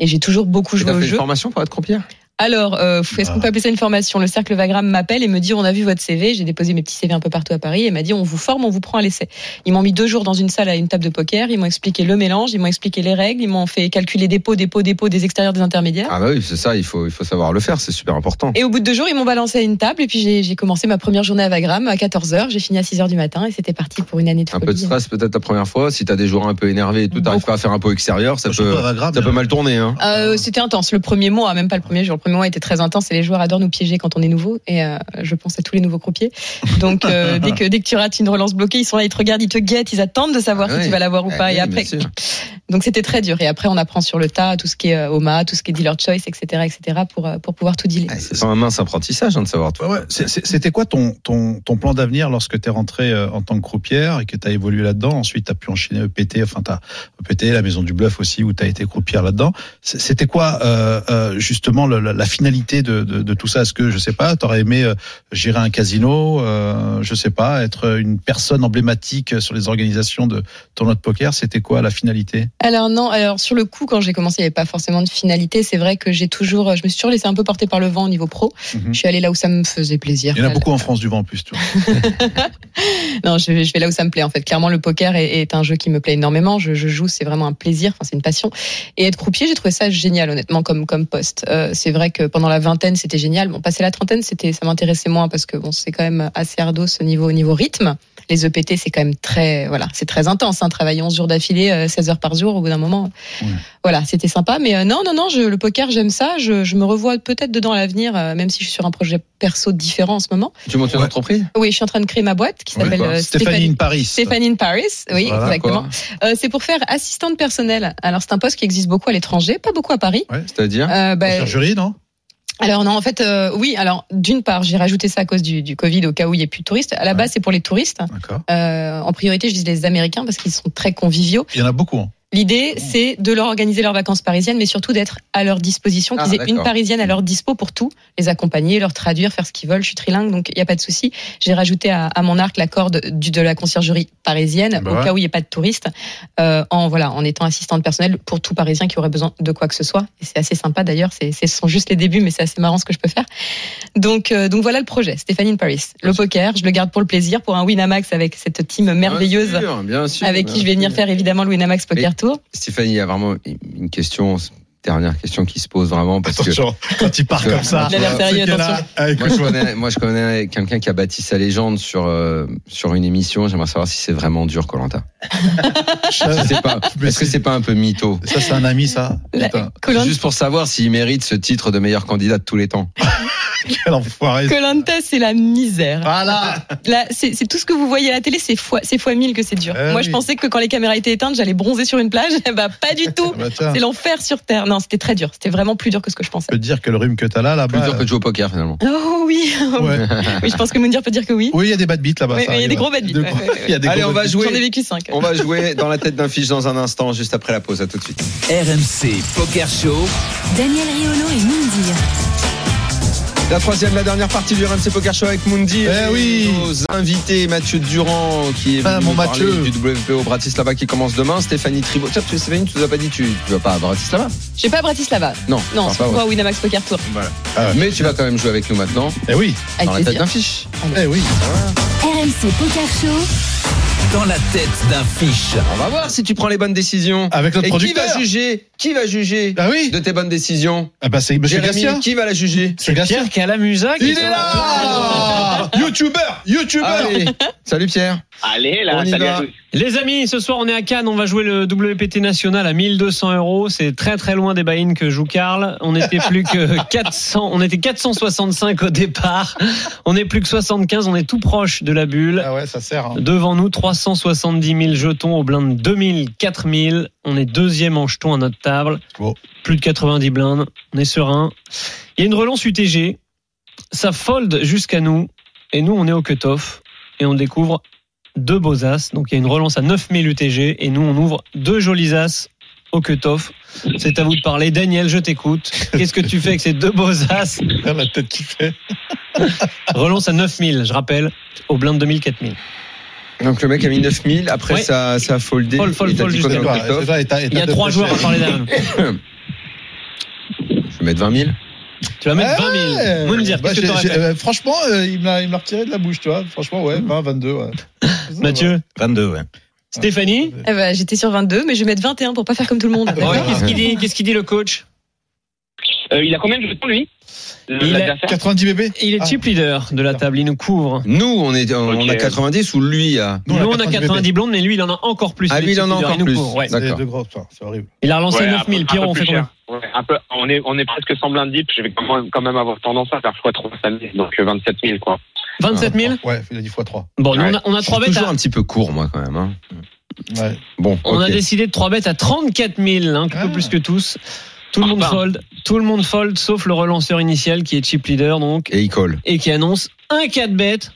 Speaker 7: Et j'ai toujours beaucoup
Speaker 1: Tu
Speaker 7: joué
Speaker 1: as
Speaker 7: au
Speaker 1: fait une
Speaker 7: jeu.
Speaker 1: formation pour être croupière
Speaker 7: Alors, euh, est-ce
Speaker 1: Ah.
Speaker 7: qu'on peut appeler ça une formation Le cercle Vagram m'appelle et me dit on a vu votre CV. J'ai déposé mes petits CV un peu partout à Paris et m'a dit on vous forme, on vous prend à l'essai. Ils m'ont mis deux jours dans une salle à une table de poker. Ils m'ont expliqué le mélange, ils m'ont expliqué les règles, ils m'ont fait calculer des pots, des pots, des pots, des extérieurs, des intermédiaires.
Speaker 1: Ah bah oui, c'est ça, il faut, il faut savoir le faire, c'est super important.
Speaker 7: Et au bout de deux jours, ils m'ont balancé à une table et puis j'ai j'ai commencé ma première journée à Vagram à 14h. J'ai fini à 6h du matin et c'était parti pour une année de
Speaker 1: Un
Speaker 7: folie.
Speaker 1: peu de stress peut-être la première fois, si t'as des joueurs un peu énervés et tout, t'arrives pas à faire un pot extérieur, ça
Speaker 2: Je sais
Speaker 1: peut,
Speaker 2: pas,
Speaker 7: Ah,
Speaker 2: Vagram,
Speaker 1: ça
Speaker 7: bah
Speaker 1: peut
Speaker 2: mais-
Speaker 1: mal tourner. Hein.
Speaker 7: Euh, c'était intense. Le premier mois, même pas le premier jour. Le premier mois était très intense et les joueurs adorent nous piéger quand on est nouveau. Et euh, je pense à tous les nouveaux croupiers.
Speaker 1: *laughs*
Speaker 7: Donc euh, dès que dès que tu rates une relance bloquée, ils sont là, ils te regardent, ils te guettent, ils attendent de savoir
Speaker 1: Ah
Speaker 7: si
Speaker 1: ouais.
Speaker 7: tu vas l'avoir ou
Speaker 1: Ah
Speaker 7: pas.
Speaker 1: oui,
Speaker 7: et après,
Speaker 1: bien sûr.
Speaker 7: donc c'était très dur. Et après, on apprend sur le tas tout ce qui est euh, OMA, tout ce qui est dealer choice, etc., etc., pour euh, pour pouvoir tout dealer.
Speaker 1: Ah, C'est pas un mince apprentissage hein, de savoir tout.
Speaker 2: Ouais, ouais. C'est- c'est- C'était quoi ton, ton, ton plan d'avenir lorsque tu es rentré euh, en tant que croupière et que tu as évolué là-dedans Ensuite, tu as pu enchaîner EPT, enfin, tu as EPT, la Maison du Bluff aussi, où tu as été croupière là-dedans. C'est- C'était quoi, euh, euh, justement, le- la, la finalité de, de, de tout ça Est-ce que, je sais pas, tu aurais aimé euh, gérer un casino, euh, je sais pas, être une personne emblématique sur les organisations de tournois de poker C'était quoi la finalité
Speaker 7: Alors non, alors sur le coup, quand j'ai commencé, il n'y avait pas forcément de finalité. C'est vrai que j'ai toujours, euh, je me suis toujours laissé un peu porter par le vent au niveau pro.
Speaker 2: Mhm.
Speaker 1: Mmh.
Speaker 7: Je suis allée là où ça me faisait plaisir.
Speaker 2: Il y en a
Speaker 7: Là,
Speaker 2: beaucoup en France du vent en plus, tu vois.
Speaker 7: Non, je, vais- je vais là où ça me plaît en fait. Clairement, le poker est, est un jeu qui me plaît énormément. Je, je joue, c'est vraiment un plaisir. Enfin, c'est une passion. Et être croupier, j'ai trouvé ça génial, honnêtement, comme comme poste. Euh, c'est vrai que pendant la vingtaine, c'était génial. Bon, passer la trentaine, c'était, ça m'intéressait moins parce que bon, c'est quand même assez ardo ce niveau au niveau rythme. Les EPT, c'est quand même très, voilà, c'est très intense. Hein, travailler 11 jours d'affilée, euh, 16 heures par jour, au bout d'un moment,
Speaker 2: Ouais.
Speaker 7: voilà, c'était sympa. Mais euh, non, non, non, je, le poker, j'aime ça. Je, je me revois peut-être dedans à l'avenir, euh, même si je suis sur un projet perso différent en ce moment.
Speaker 1: Tu montes une
Speaker 2: Ouais.
Speaker 1: entreprise
Speaker 7: Oui, je suis en train de créer ma boîte qui
Speaker 2: Ouais,
Speaker 7: s'appelle
Speaker 1: quoi.
Speaker 7: euh,
Speaker 2: Stéphanie in Paris.
Speaker 7: Stéphanie in Paris, oui,
Speaker 2: Voilà,
Speaker 7: exactement.
Speaker 1: Quoi
Speaker 7: Euh, c'est pour faire assistante personnelle. Alors, c'est un poste qui existe beaucoup à l'étranger, pas beaucoup à Paris.
Speaker 1: C'est-à-dire
Speaker 7: Euh, bah,
Speaker 2: Sergerie, non
Speaker 7: alors, non, en fait, euh, oui, alors, d'une part, j'ai rajouté ça à cause du, du Covid, au cas où il n'y ait plus de touristes. À la
Speaker 2: Ouais.
Speaker 7: base, c'est pour les touristes.
Speaker 2: D'accord.
Speaker 7: Euh, en priorité, je dis les Américains parce qu'ils sont très conviviaux.
Speaker 2: Il y en a beaucoup. hein.
Speaker 7: L'idée, c'est de leur organiser leurs vacances parisiennes, mais surtout d'être à leur disposition,
Speaker 1: Ah,
Speaker 7: qu'ils aient
Speaker 1: d'accord.
Speaker 7: une parisienne à leur dispo pour tout, les accompagner, leur traduire, faire ce qu'ils veulent. Je suis trilingue, donc il n'y a pas de souci. J'ai rajouté à, à mon arc la corde du, de la conciergerie parisienne,
Speaker 2: Bah
Speaker 7: au
Speaker 2: ouais.
Speaker 7: cas où il n'y ait pas de touristes, euh, en, voilà, en étant assistante personnelle pour tout parisien qui aurait besoin de quoi que ce soit. Et c'est assez sympa d'ailleurs, c'est, c'est- ce sont juste les débuts, mais c'est assez marrant ce que je peux faire. Donc, euh, donc voilà le projet, Stéphanie in Paris. Le poker, je le garde pour le plaisir, pour un Winamax avec cette team merveilleuse.
Speaker 1: Bien sûr, bien sûr,
Speaker 7: Avec qui je vais
Speaker 1: bien
Speaker 7: venir
Speaker 1: sûr.
Speaker 7: faire évidemment le Winamax Poker
Speaker 1: Mais-
Speaker 7: Tour.
Speaker 1: Stéphanie, il y a vraiment une question dernière question qui se pose vraiment parce que
Speaker 2: Attention, quand il part
Speaker 1: Parce que-
Speaker 2: comme ça,
Speaker 7: Il a l'air
Speaker 2: ce
Speaker 7: sérieux,
Speaker 2: gars-là,
Speaker 7: attention.
Speaker 2: avec
Speaker 1: moi je connais, moi, je connais quelqu'un qui a bâti sa légende sur euh, sur une émission. J'aimerais savoir si c'est vraiment dur, Colanta.
Speaker 2: *laughs* le-
Speaker 1: C'est
Speaker 7: *laughs*
Speaker 1: pas.
Speaker 2: Mais
Speaker 1: Est-ce que
Speaker 2: si.
Speaker 1: c'est pas un peu mytho
Speaker 2: Ça, c'est un ami, ça.
Speaker 7: La-
Speaker 2: Putain,
Speaker 7: Colin-
Speaker 1: Juste pour savoir s'il mérite ce titre de meilleur candidat de tous les temps.
Speaker 2: quel enfoiré. Ah,
Speaker 7: Colanta, c'est la misère.
Speaker 2: Voilà.
Speaker 7: Là, c'est c'est tout ce que vous voyez à la télé, c'est fois, c'est fois mille que c'est dur.
Speaker 2: Eh
Speaker 7: Moi,
Speaker 2: oui.
Speaker 7: je pensais que quand les caméras étaient éteintes, j'allais bronzer sur une plage. *laughs* Eh ben, pas du tout.
Speaker 2: Ah bah tiens,
Speaker 7: C'est l'enfer sur terre. Non, c'était très dur. C'était vraiment plus dur que ce que je
Speaker 2: je
Speaker 7: pensais.
Speaker 2: peux te dire que le rhume que t'as là,
Speaker 1: Plus
Speaker 2: là-bas. euh,
Speaker 1: dur que de jouer au poker finalement.
Speaker 7: Oh oui.
Speaker 2: Ouais.
Speaker 7: *laughs* Oui, je pense que Mounir peut dire que oui.
Speaker 2: Oui, il y a des bad beats là-bas.
Speaker 7: Oui,
Speaker 2: ça
Speaker 7: oui, il y a
Speaker 2: arrive.
Speaker 7: des gros bad beats,
Speaker 2: De-
Speaker 7: ouais, ouais, ouais.
Speaker 2: Il y a des
Speaker 1: Allez,
Speaker 2: gros
Speaker 1: on
Speaker 2: bad
Speaker 1: va
Speaker 2: beats.
Speaker 7: J'en ai
Speaker 1: jouer.
Speaker 7: vécu 5.
Speaker 1: On va jouer dans la tête d'un fiche dans un instant, juste après la pause. À tout de suite.
Speaker 4: RMC Poker Show.
Speaker 5: Daniel Riolo et Mindy.
Speaker 1: La troisième, la dernière partie du RMC Poker Show avec Mundi.
Speaker 2: Eh oui.
Speaker 1: Nos invités, Mathieu Durand, qui est venu
Speaker 2: Ah, mon
Speaker 1: nous parler
Speaker 2: Mathieu.
Speaker 1: du WPO Bratislava qui commence demain. Stéphanie Tribault. Tiens, tu- Stéphanie, tu nous as pas dit, tu, tu vas pas à Bratislava
Speaker 7: J'ai pas à Bratislava.
Speaker 1: Non.
Speaker 7: Non,
Speaker 1: enfin,
Speaker 7: c'est
Speaker 1: pas
Speaker 7: pourquoi Winamax Poker Tour.
Speaker 1: vrai. Mais tu vas quand même jouer avec nous maintenant
Speaker 2: Eh oui,
Speaker 7: Avec
Speaker 1: dans la tête
Speaker 7: plaisir.
Speaker 1: d'un fiche.
Speaker 2: eh oui.
Speaker 5: RMC Poker Show.
Speaker 4: Dans la tête d'un fiche.
Speaker 1: On va voir si tu prends les bonnes décisions.
Speaker 2: Avec Ah, notre
Speaker 1: Et qui
Speaker 2: producteur.
Speaker 1: va juger Qui va juger
Speaker 2: Ah oui.
Speaker 1: de tes bonnes décisions
Speaker 2: Ah bah c'est Monsieur
Speaker 1: Jérémy,
Speaker 2: Garcia.
Speaker 1: qui va la juger
Speaker 2: Monsieur Garcia.
Speaker 8: Calamusa
Speaker 2: Il est là. *laughs* YouTubeur, YouTubeur.
Speaker 1: Ah, Allez. Salut Pierre.
Speaker 9: Allez,
Speaker 1: On
Speaker 9: là,
Speaker 1: y
Speaker 9: salut
Speaker 1: va.
Speaker 9: à tous.
Speaker 8: Les amis, ce soir on est à Cannes, on va jouer le WPT national à 1200 euros. C'est très très loin des buy que joue Karl. On était
Speaker 9: *laughs*
Speaker 8: plus que 400, on était 465 au départ. On est plus que 75, on est tout proche de la bulle.
Speaker 2: Ah ouais, ça sert. hein.
Speaker 8: Devant nous, 370 000 jetons au blind 2000, 4000. On est deuxième en jetons à notre table.
Speaker 2: Bon.
Speaker 8: Plus de 90 blindes. On est serein. Il y a une relance UTG. Ça fold jusqu'à nous. Et nous, on est au cut-off. Et on découvre deux beaux as. Donc il y a une relance à 9000 UTG. Et nous, on ouvre deux jolis as au cut-off. C'est à vous de parler. Daniel, je t'écoute. Qu'est-ce que tu fais avec ces deux beaux as
Speaker 2: Ah, La tête qui fait.
Speaker 8: Relance à 9000, je rappelle, au blind 2000, 4000.
Speaker 1: Donc le mec a mis 9000, après
Speaker 8: Ouais.
Speaker 1: ça, ça a foldé.
Speaker 8: Fold, fold,
Speaker 1: et t'as
Speaker 8: fold,
Speaker 1: dit
Speaker 8: juste
Speaker 1: qu'on est au
Speaker 8: là-bas.
Speaker 1: cut-off.
Speaker 2: C'est ça, et t'as- et
Speaker 8: Il y a
Speaker 2: t'as
Speaker 8: trois
Speaker 2: tête
Speaker 8: joueurs à
Speaker 2: de chef.
Speaker 8: parler derrière nous.
Speaker 1: Je vais mettre 20 000.
Speaker 8: Tu vas mettre
Speaker 2: Ah
Speaker 8: 20 000.
Speaker 2: Ouais.
Speaker 8: Moundir,
Speaker 2: Bah,
Speaker 8: qu'est-ce que
Speaker 2: j'ai-
Speaker 8: t'aurais
Speaker 2: j'ai-
Speaker 8: fait
Speaker 2: euh, Franchement, euh, il me l'a il me l'a retiré de la bouche, tu vois. Franchement, ouais, 20, 22. ouais. Ça, ouais.
Speaker 8: Mathieu
Speaker 3: 22, ouais.
Speaker 8: Stéphanie
Speaker 7: Eh ben, J'étais sur 22, mais je vais mettre 21 pour pas faire comme tout le monde.
Speaker 8: Ah Ouais, Qu'est-ce qu'il dit, qu'est-ce qu'il dit le coach
Speaker 9: Euh, il a combien de jetons, lui Le-
Speaker 8: Il a-
Speaker 9: l'adversaire
Speaker 2: 90 bébés
Speaker 8: Il est
Speaker 2: Ah.
Speaker 8: chip leader de la table, il nous couvre.
Speaker 1: Nous, on, est, on
Speaker 9: Ok.
Speaker 1: a 90 ou lui a.
Speaker 8: Nous, on a
Speaker 2: 90
Speaker 8: 90 blondes, mais lui, il en a encore plus.
Speaker 1: Ah, lui,
Speaker 8: est
Speaker 1: il en a
Speaker 8: chip leader,
Speaker 1: encore
Speaker 8: nous
Speaker 1: plus.
Speaker 8: couvre, ouais.
Speaker 1: D'accord.
Speaker 2: C'est deux gros, putain, c'est horrible.
Speaker 8: Il a relancé
Speaker 9: Ouais, un
Speaker 8: 9000.
Speaker 9: peu- un
Speaker 8: Pierre,
Speaker 9: peu
Speaker 8: on
Speaker 9: plus
Speaker 8: fait combien
Speaker 9: cher. Ouais, un peu, on, est, on est presque semblant deep. Je vais quand même, quand même avoir tendance à faire x3 samedi, donc euh, 27 000, quoi.
Speaker 8: 27 000
Speaker 2: Ouais, il a dit x3.
Speaker 8: Bon, nous,
Speaker 9: Ouais.
Speaker 8: on, a, on a
Speaker 1: Je suis
Speaker 8: 3 bêtes
Speaker 1: toujours
Speaker 8: à-
Speaker 1: un petit peu court, moi, quand même. hein.
Speaker 2: Ouais.
Speaker 1: Bon,
Speaker 8: On
Speaker 1: ok.
Speaker 8: a décidé de 3 bêtes à 34 000, hein, un
Speaker 2: Ah.
Speaker 8: peu plus que tous. Tout le monde
Speaker 9: Enfin.
Speaker 8: fold, tout le monde fold, sauf le relanceur initial qui est chip leader, donc,
Speaker 1: Et il colle.
Speaker 8: et qui annonce un 4 bêtes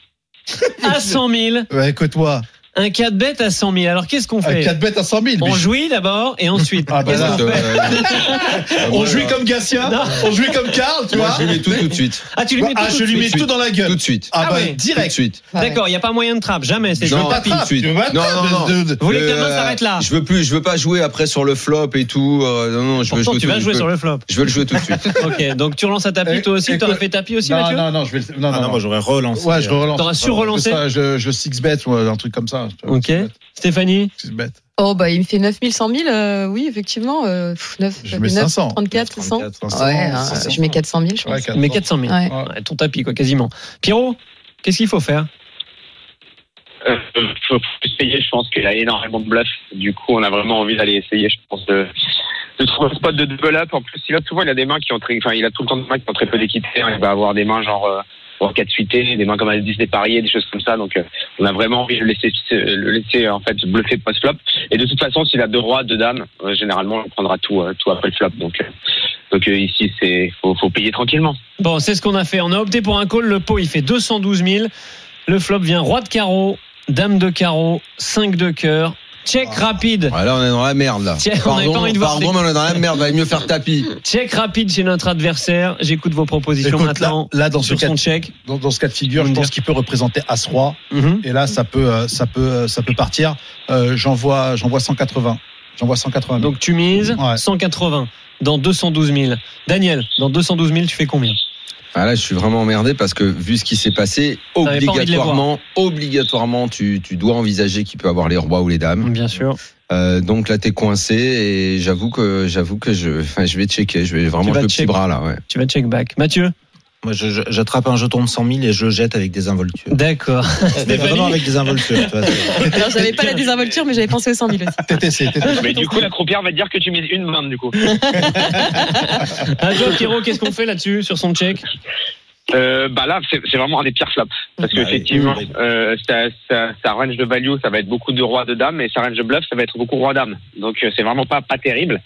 Speaker 8: à 100 000.
Speaker 2: Ouais, écoute-moi,
Speaker 8: Un 4 bêtes à 100 000. Alors, qu'est-ce qu'on
Speaker 2: à
Speaker 8: fait
Speaker 2: 4 Ah, bêtes à 100 000.
Speaker 8: On
Speaker 2: mais-
Speaker 8: jouit d'abord et ensuite.
Speaker 2: Ah, bah
Speaker 8: Qu'est-ce
Speaker 2: là,
Speaker 8: qu'on
Speaker 1: Euh,
Speaker 8: fait *laughs*
Speaker 1: euh,
Speaker 2: On
Speaker 1: moi,
Speaker 2: jouait
Speaker 1: euh,
Speaker 2: comme Gatien,
Speaker 8: Non.
Speaker 2: on jouait comme Karl, tu
Speaker 1: Moi,
Speaker 2: vois.
Speaker 1: je lui mets tout tout de suite.
Speaker 8: Ah, tu lui mets
Speaker 2: Ah,
Speaker 8: tout
Speaker 2: je
Speaker 8: de
Speaker 2: lui
Speaker 8: suite.
Speaker 2: mets
Speaker 1: suite.
Speaker 2: tout dans la
Speaker 1: Tout
Speaker 2: gueule.
Speaker 8: *laughs*
Speaker 1: de suite.
Speaker 2: Ah,
Speaker 8: Ah
Speaker 2: bah,
Speaker 8: ouais.
Speaker 1: Tout de
Speaker 2: direct.
Speaker 1: suite.
Speaker 8: D'accord, il n'y a pas moyen de trappe, jamais. C'est
Speaker 1: Non,
Speaker 8: jeu
Speaker 1: pas
Speaker 8: rapide.
Speaker 1: de suite.
Speaker 2: Tu veux pas
Speaker 1: Non, non, non.
Speaker 2: de- de- de-
Speaker 8: Vous voulez que la
Speaker 1: Euh,
Speaker 8: main s'arrête là
Speaker 1: Je veux plus, je veux pas jouer après sur le flop et tout. euh, non, non, je veux
Speaker 8: Pourtant,
Speaker 1: jouer
Speaker 8: tu
Speaker 1: tout-
Speaker 8: vas
Speaker 1: je
Speaker 8: jouer
Speaker 1: veux-
Speaker 8: sur le flop.
Speaker 1: Je veux le jouer tout de suite.
Speaker 2: *laughs*
Speaker 8: Ok, donc tu relances à tapis, toi aussi.
Speaker 2: Eh, Écoute-
Speaker 8: T'aurais fait tapis aussi,
Speaker 2: Non,
Speaker 8: Mathieu
Speaker 2: non, non, je vais le. Non,
Speaker 3: Ah non,
Speaker 2: non,
Speaker 3: moi j'aurais relancé. euh.
Speaker 2: Ouais, je le relance.
Speaker 8: T'auras surrelancé
Speaker 2: Ça, Je, je 6 bet ou un truc comme ça.
Speaker 8: Ok. Stéphanie
Speaker 2: 6 bet.
Speaker 7: Oh, bah, il me fait 9000, 100 000. euh, oui, effectivement. euh, pff, 9,
Speaker 2: Je mets
Speaker 7: 9,
Speaker 2: 500.
Speaker 7: 34, 100.
Speaker 3: 34,
Speaker 7: Ouais, hein,
Speaker 2: 500.
Speaker 7: je mets 400 000, je pense.
Speaker 2: Ouais,
Speaker 8: Mais 400 000.
Speaker 7: Ouais.
Speaker 8: Ouais, ton tapis, quoi, quasiment. Pierrot, qu'est-ce qu'il faut faire
Speaker 9: Euh, faut plus payer, *laughs* je pense qu'il y a énormément de bluffs. Du coup, on a vraiment envie d'aller essayer, je pense, de, de trouver un spot de double-up. En plus, il a souvent, il a des mains qui ont très, enfin, il a tout le temps des mains qui ont très peu d'équité. hein. Il va avoir des mains genre, euh, genre 4 suités, des mains comme à 10 dépareillées, des choses comme ça. Donc, euh, on a vraiment envie de le laisser, euh, le laisser, en fait, bluffer post-flop. Et de toute façon, s'il a deux rois, deux dames, euh, généralement, on prendra tout, euh, tout après le flop. Donc, euh, donc euh, ici, c'est, faut, faut payer tranquillement.
Speaker 8: Bon, c'est ce qu'on a fait. On a opté pour un call. Le pot, il fait 212 000. Le flop vient roi de carreau, dame de carreau, 5 de cœur. Check
Speaker 2: Ah.
Speaker 8: rapide.
Speaker 1: Ouais, là, on est dans la merde, là.
Speaker 8: Tiens, on avait
Speaker 1: pardon,
Speaker 8: pas envie de voir
Speaker 1: pardon,
Speaker 8: les-
Speaker 1: mais on est dans la merde. Va mieux faire tapis.
Speaker 8: Check rapide chez notre adversaire. J'écoute vos propositions
Speaker 2: Écoute, là,
Speaker 8: maintenant
Speaker 2: là, dans, ce
Speaker 8: sur
Speaker 2: cas,
Speaker 8: son check.
Speaker 2: dans, dans ce cas de figure,
Speaker 8: Vous
Speaker 2: je
Speaker 8: me
Speaker 2: pense
Speaker 8: dire.
Speaker 2: qu'il peut représenter As-Roi.
Speaker 8: Mhm.
Speaker 2: Et là, ça peut, euh, ça peut, euh, ça peut partir. Euh, J'envoie j'envoie 180. J'envoie 180.
Speaker 8: Donc tu mises
Speaker 2: Ouais.
Speaker 8: 180 dans 212 000. Daniel, dans 212 000, tu fais combien
Speaker 1: Ah là, je suis vraiment emmerdé parce que vu ce qui s'est passé,
Speaker 8: T'avais pas envie de les voir.
Speaker 2: Mhm.
Speaker 8: Mm.
Speaker 1: obligatoirement, obligatoirement, tu, tu dois envisager qu'il peut avoir les rois ou les dames.
Speaker 8: Bien sûr.
Speaker 1: Euh, donc là, t'es coincé et j'avoue que j'avoue que je, enfin, je vais checker. Je vais vraiment
Speaker 8: vas
Speaker 1: le petit
Speaker 8: checker.
Speaker 1: bras là. Ouais.
Speaker 8: Tu vas check back. Mathieu
Speaker 3: Moi, je- je- j'attrape un jeton de 100 000 et je le jette avec des *laughs* involtures.
Speaker 8: D'accord.
Speaker 3: Mais vraiment avec des involtures. tu vois, c'est-
Speaker 7: Alors,
Speaker 8: *laughs*
Speaker 7: j'avais pas la désinvolture, mais j'avais pensé aux 100 000 aussi.
Speaker 2: TTC, TTC.
Speaker 9: Mais du coup, la croupière va te dire que tu mises une main, du coup.
Speaker 8: Ah, Joe Kiro, qu'est-ce qu'on fait là-dessus sur son check
Speaker 9: Euh, bah là, c'est c'est vraiment un des pires flaps. Parce que
Speaker 3: Bah oui,
Speaker 9: effectivement,
Speaker 3: oui, oui.
Speaker 9: euh, sa, sa- sa range de value, ça va être beaucoup de roi de dame, et sa range de bluff, ça va être beaucoup roi dame. Donc euh, c'est vraiment pas pas terrible.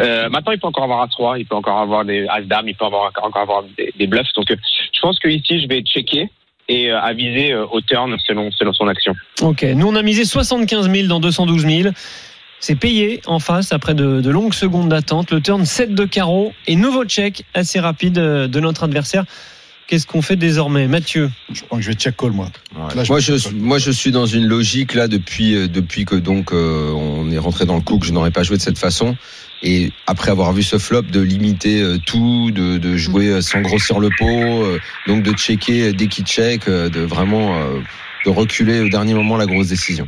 Speaker 9: Euh, maintenant, il peut encore avoir as 3 il peut encore avoir des as dame, il peut avoir encore avoir des, des bluffs. Donc euh, je pense que ici, je vais checker et euh, aviser euh, au turn selon selon son action.
Speaker 8: Ok, nous on a misé 75 000 dans 212 000. C'est payé en face après de, de longues secondes d'attente. Le turn 7 de carreau et nouveau check assez rapide euh, de notre adversaire. Qu'est-ce qu'on fait désormais Mathieu
Speaker 2: Je pense que je vais check call, moi.
Speaker 3: Ouais.
Speaker 2: Là,
Speaker 1: Moi, je, moi, je suis dans une logique là depuis euh, depuis que donc euh, on est rentré dans le coup que je n'aurais pas joué de cette façon. Et après avoir vu ce flop, de limiter euh, tout, de, de jouer euh, sans grossir le pot, euh, donc de checker dès qu'il check, euh, de vraiment euh, de reculer au dernier moment la grosse décision.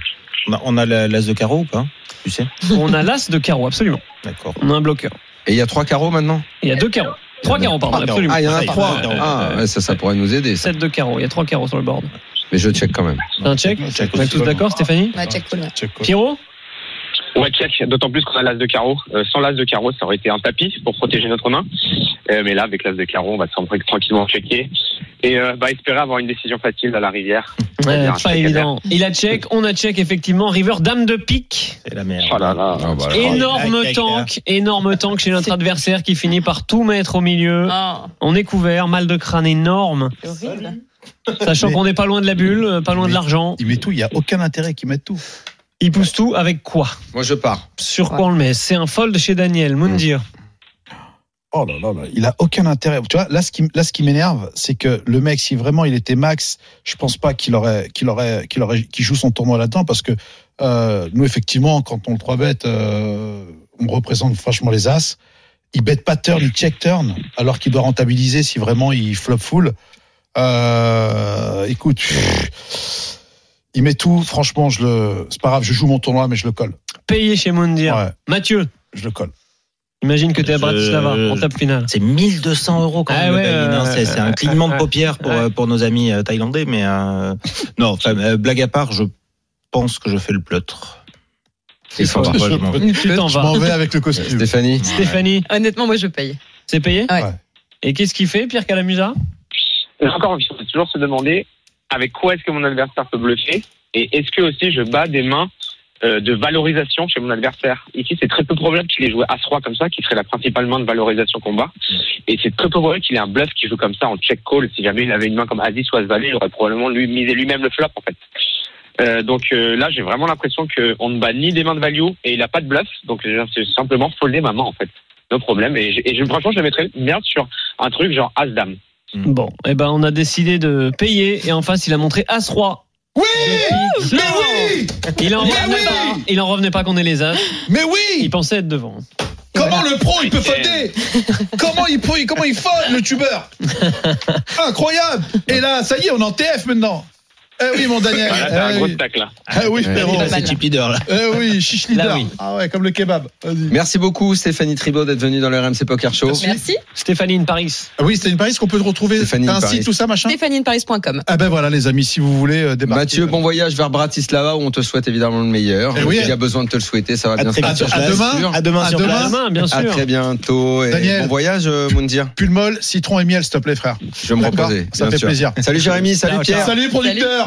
Speaker 3: On a- On a la- l'as de carreau ou pas Tu sais
Speaker 8: On a l'as de carreau, absolument.
Speaker 3: D'accord.
Speaker 8: On a un bloqueur.
Speaker 1: Et il y a trois carreaux maintenant.
Speaker 8: Il y a deux carreaux. Trois carreaux, pardon,
Speaker 3: Trois
Speaker 8: absolument.
Speaker 1: Ah, il y en a
Speaker 3: Ah,
Speaker 1: trois.
Speaker 3: il y en a trois.
Speaker 1: Ah, ouais, ça, ça pourrait nous aider. Ça.
Speaker 8: 7 de carreau, il y a trois carreaux sur le board.
Speaker 1: Mais je check quand même.
Speaker 8: Un check
Speaker 3: Check
Speaker 8: On est
Speaker 3: aussi.
Speaker 8: tous d'accord, Stéphanie
Speaker 7: *laughs* Ouais, check call, ouais.
Speaker 2: check call.
Speaker 8: Pierrot
Speaker 9: Ouais, check. D'autant plus qu'on a l'as de carreau. Euh, sans l'as de carreau, ça aurait été un tapis pour protéger notre main. Euh, mais là, avec l'as de carreau, on va s'en- tranquillement checker et euh, bah, espérer avoir une décision facile à la rivière.
Speaker 8: Ouais,
Speaker 9: bien,
Speaker 8: Euh, Pas
Speaker 9: check
Speaker 8: évident. Il a check, on a check effectivement. River, dame de pique.
Speaker 3: C'est la merde.
Speaker 9: Oh là là.
Speaker 1: Ah, bah, alors,
Speaker 8: Énorme
Speaker 3: Aïe, aïe, aïe.
Speaker 8: tank, énorme tank chez notre adversaire qui finit par tout mettre au milieu.
Speaker 7: Ah,
Speaker 8: On est couvert, mal de crâne énorme,
Speaker 7: c'est horrible.
Speaker 8: sachant
Speaker 2: Mais-
Speaker 8: qu'on n'est pas loin de la bulle, euh, pas loin de
Speaker 2: Mais-
Speaker 8: l'argent.
Speaker 2: Il met tout, il n'y a aucun intérêt qu'il mette tout.
Speaker 8: Il pousse tout avec quoi
Speaker 1: moi, je pars.
Speaker 8: Sur quoi
Speaker 7: Ouais.
Speaker 8: on le met C'est un fold chez Daniel, Moundir.
Speaker 2: Oh là là là, il a aucun intérêt. Tu vois, là, ce qui, là, ce qui m'énerve, c'est que le mec, si vraiment il était max, je pense pas qu'il aurait, qu'il aurait, qu'il aurait, qu'il joue son tournoi là-dedans parce que, euh, nous, effectivement, quand on le 3 bet, euh, on représente franchement les as. Il bet pas turn, il check turn, alors qu'il doit rentabiliser si vraiment il flop full. Euh, écoute, pff, il met tout. Franchement, je le, c'est pas grave, je joue mon tournoi, mais je le colle.
Speaker 8: Payé chez Moundir.
Speaker 2: Ouais,
Speaker 8: Mathieu,
Speaker 2: je le colle.
Speaker 8: imagine que t'es à
Speaker 3: Je-
Speaker 8: Bratislava en table finale.
Speaker 3: C'est 1200 euros quand
Speaker 8: Ah
Speaker 3: même. le
Speaker 8: ouais,
Speaker 3: Bailin, hein.
Speaker 8: ouais,
Speaker 3: c'est c'est un
Speaker 8: ouais,
Speaker 3: clignement
Speaker 8: ouais,
Speaker 3: de paupières pour,
Speaker 8: ouais.
Speaker 3: euh, pour nos amis euh, thaïlandais. Mais euh, non, enfin, euh, blague à part, je pense que je fais le pleutre.
Speaker 1: Il s'en va.
Speaker 3: Probablement.
Speaker 8: Tu t'en
Speaker 2: Je
Speaker 8: vas.
Speaker 2: m'en vais avec le costume.
Speaker 1: Stéphanie,
Speaker 8: Stéphanie,
Speaker 7: Honnêtement, moi, je paye.
Speaker 8: c'est payé
Speaker 7: Ouais.
Speaker 2: Ouais.
Speaker 8: Et qu'est-ce qu'il fait, Pierre Calamusa
Speaker 9: Et encore, il faut toujours se demander avec quoi est-ce que mon adversaire peut bluffer et est-ce que aussi je bats des mains euh, de valorisation chez mon adversaire. Ici, c'est très peu probable qu'il ait joué As-3 comme ça, qui serait la principale main de valorisation combat. Et c'est très peu probable qu'il ait un bluff qui joue comme ça en check call. Si jamais il avait une main comme As-10 ou As-Valet, il aurait probablement lui misé lui-même le flop en fait. Euh, donc euh, là, j'ai vraiment l'impression qu'on ne bat ni des mains de value et il n'a pas de bluff. Donc euh, c'est simplement folder ma main en fait. No problème. Et, je- et je, franchement, je le mettrais merde sur un truc genre As-Dame.
Speaker 2: Hmm.
Speaker 8: Bon, eh ben on a décidé de payer et en face il a montré As-Roi.
Speaker 2: Oui!
Speaker 8: Depuis- il en
Speaker 2: Mais
Speaker 8: revenait
Speaker 2: oui
Speaker 8: pas, il en revenait pas qu'on ait les As.
Speaker 2: Mais
Speaker 8: Il
Speaker 2: oui
Speaker 8: pensait être devant.
Speaker 2: Comment le pro il peut folder Comment il peut, comment il fold le tubeur
Speaker 9: *laughs*
Speaker 2: Incroyable Et là, ça y est, on est en TF maintenant. Eh oui, mon Daniel.
Speaker 9: Voilà, t'as
Speaker 2: eh,
Speaker 9: un gros hein.
Speaker 2: oui.
Speaker 9: stack là.
Speaker 2: Eh oui, frérot.
Speaker 7: Pas mal.
Speaker 3: C'est cheap leader là.
Speaker 2: Eh oui, chiche leader.
Speaker 8: Là, oui.
Speaker 2: Ah ouais, comme le kebab. Vas-y.
Speaker 1: merci beaucoup Stéphanie Tribaud d'être venue dans le RMC Poker Show.
Speaker 7: Merci.
Speaker 8: Stéphanie in Paris.
Speaker 2: Ah Oui, c'était une Paris qu'on peut te retrouver.
Speaker 1: Stéphanie
Speaker 2: T'as un
Speaker 1: Paris.
Speaker 2: site, tout ça, machin
Speaker 7: StéphanieInParis.com.
Speaker 2: Ah ben voilà, les amis, si vous voulez euh, débarquer.
Speaker 1: Mathieu, bon voyage vers Bratislava où on te souhaite évidemment le meilleur.
Speaker 2: Eh oui.
Speaker 1: Il y a besoin de te le souhaiter, ça va
Speaker 3: À
Speaker 1: bien se
Speaker 3: très vite
Speaker 1: passer.
Speaker 3: sur
Speaker 1: je
Speaker 3: place.
Speaker 1: suis sûr.
Speaker 3: À demain
Speaker 2: À
Speaker 3: sur
Speaker 2: demain.
Speaker 3: place.
Speaker 8: À demain, bien
Speaker 1: À
Speaker 8: sûr.
Speaker 1: Ah, très bientôt et
Speaker 2: Daniel.
Speaker 1: bon voyage euh, Moundir.
Speaker 2: Pull molle, citron et miel, s'il te plaît, frère.
Speaker 1: Je vais me
Speaker 2: D'accord,
Speaker 1: reposer.
Speaker 2: Ça
Speaker 1: bien
Speaker 2: fait
Speaker 1: sûr.
Speaker 2: plaisir.
Speaker 1: Salut Jérémy, salut
Speaker 3: Ciao, ciao.
Speaker 1: Pierre.
Speaker 2: Salut, producteur.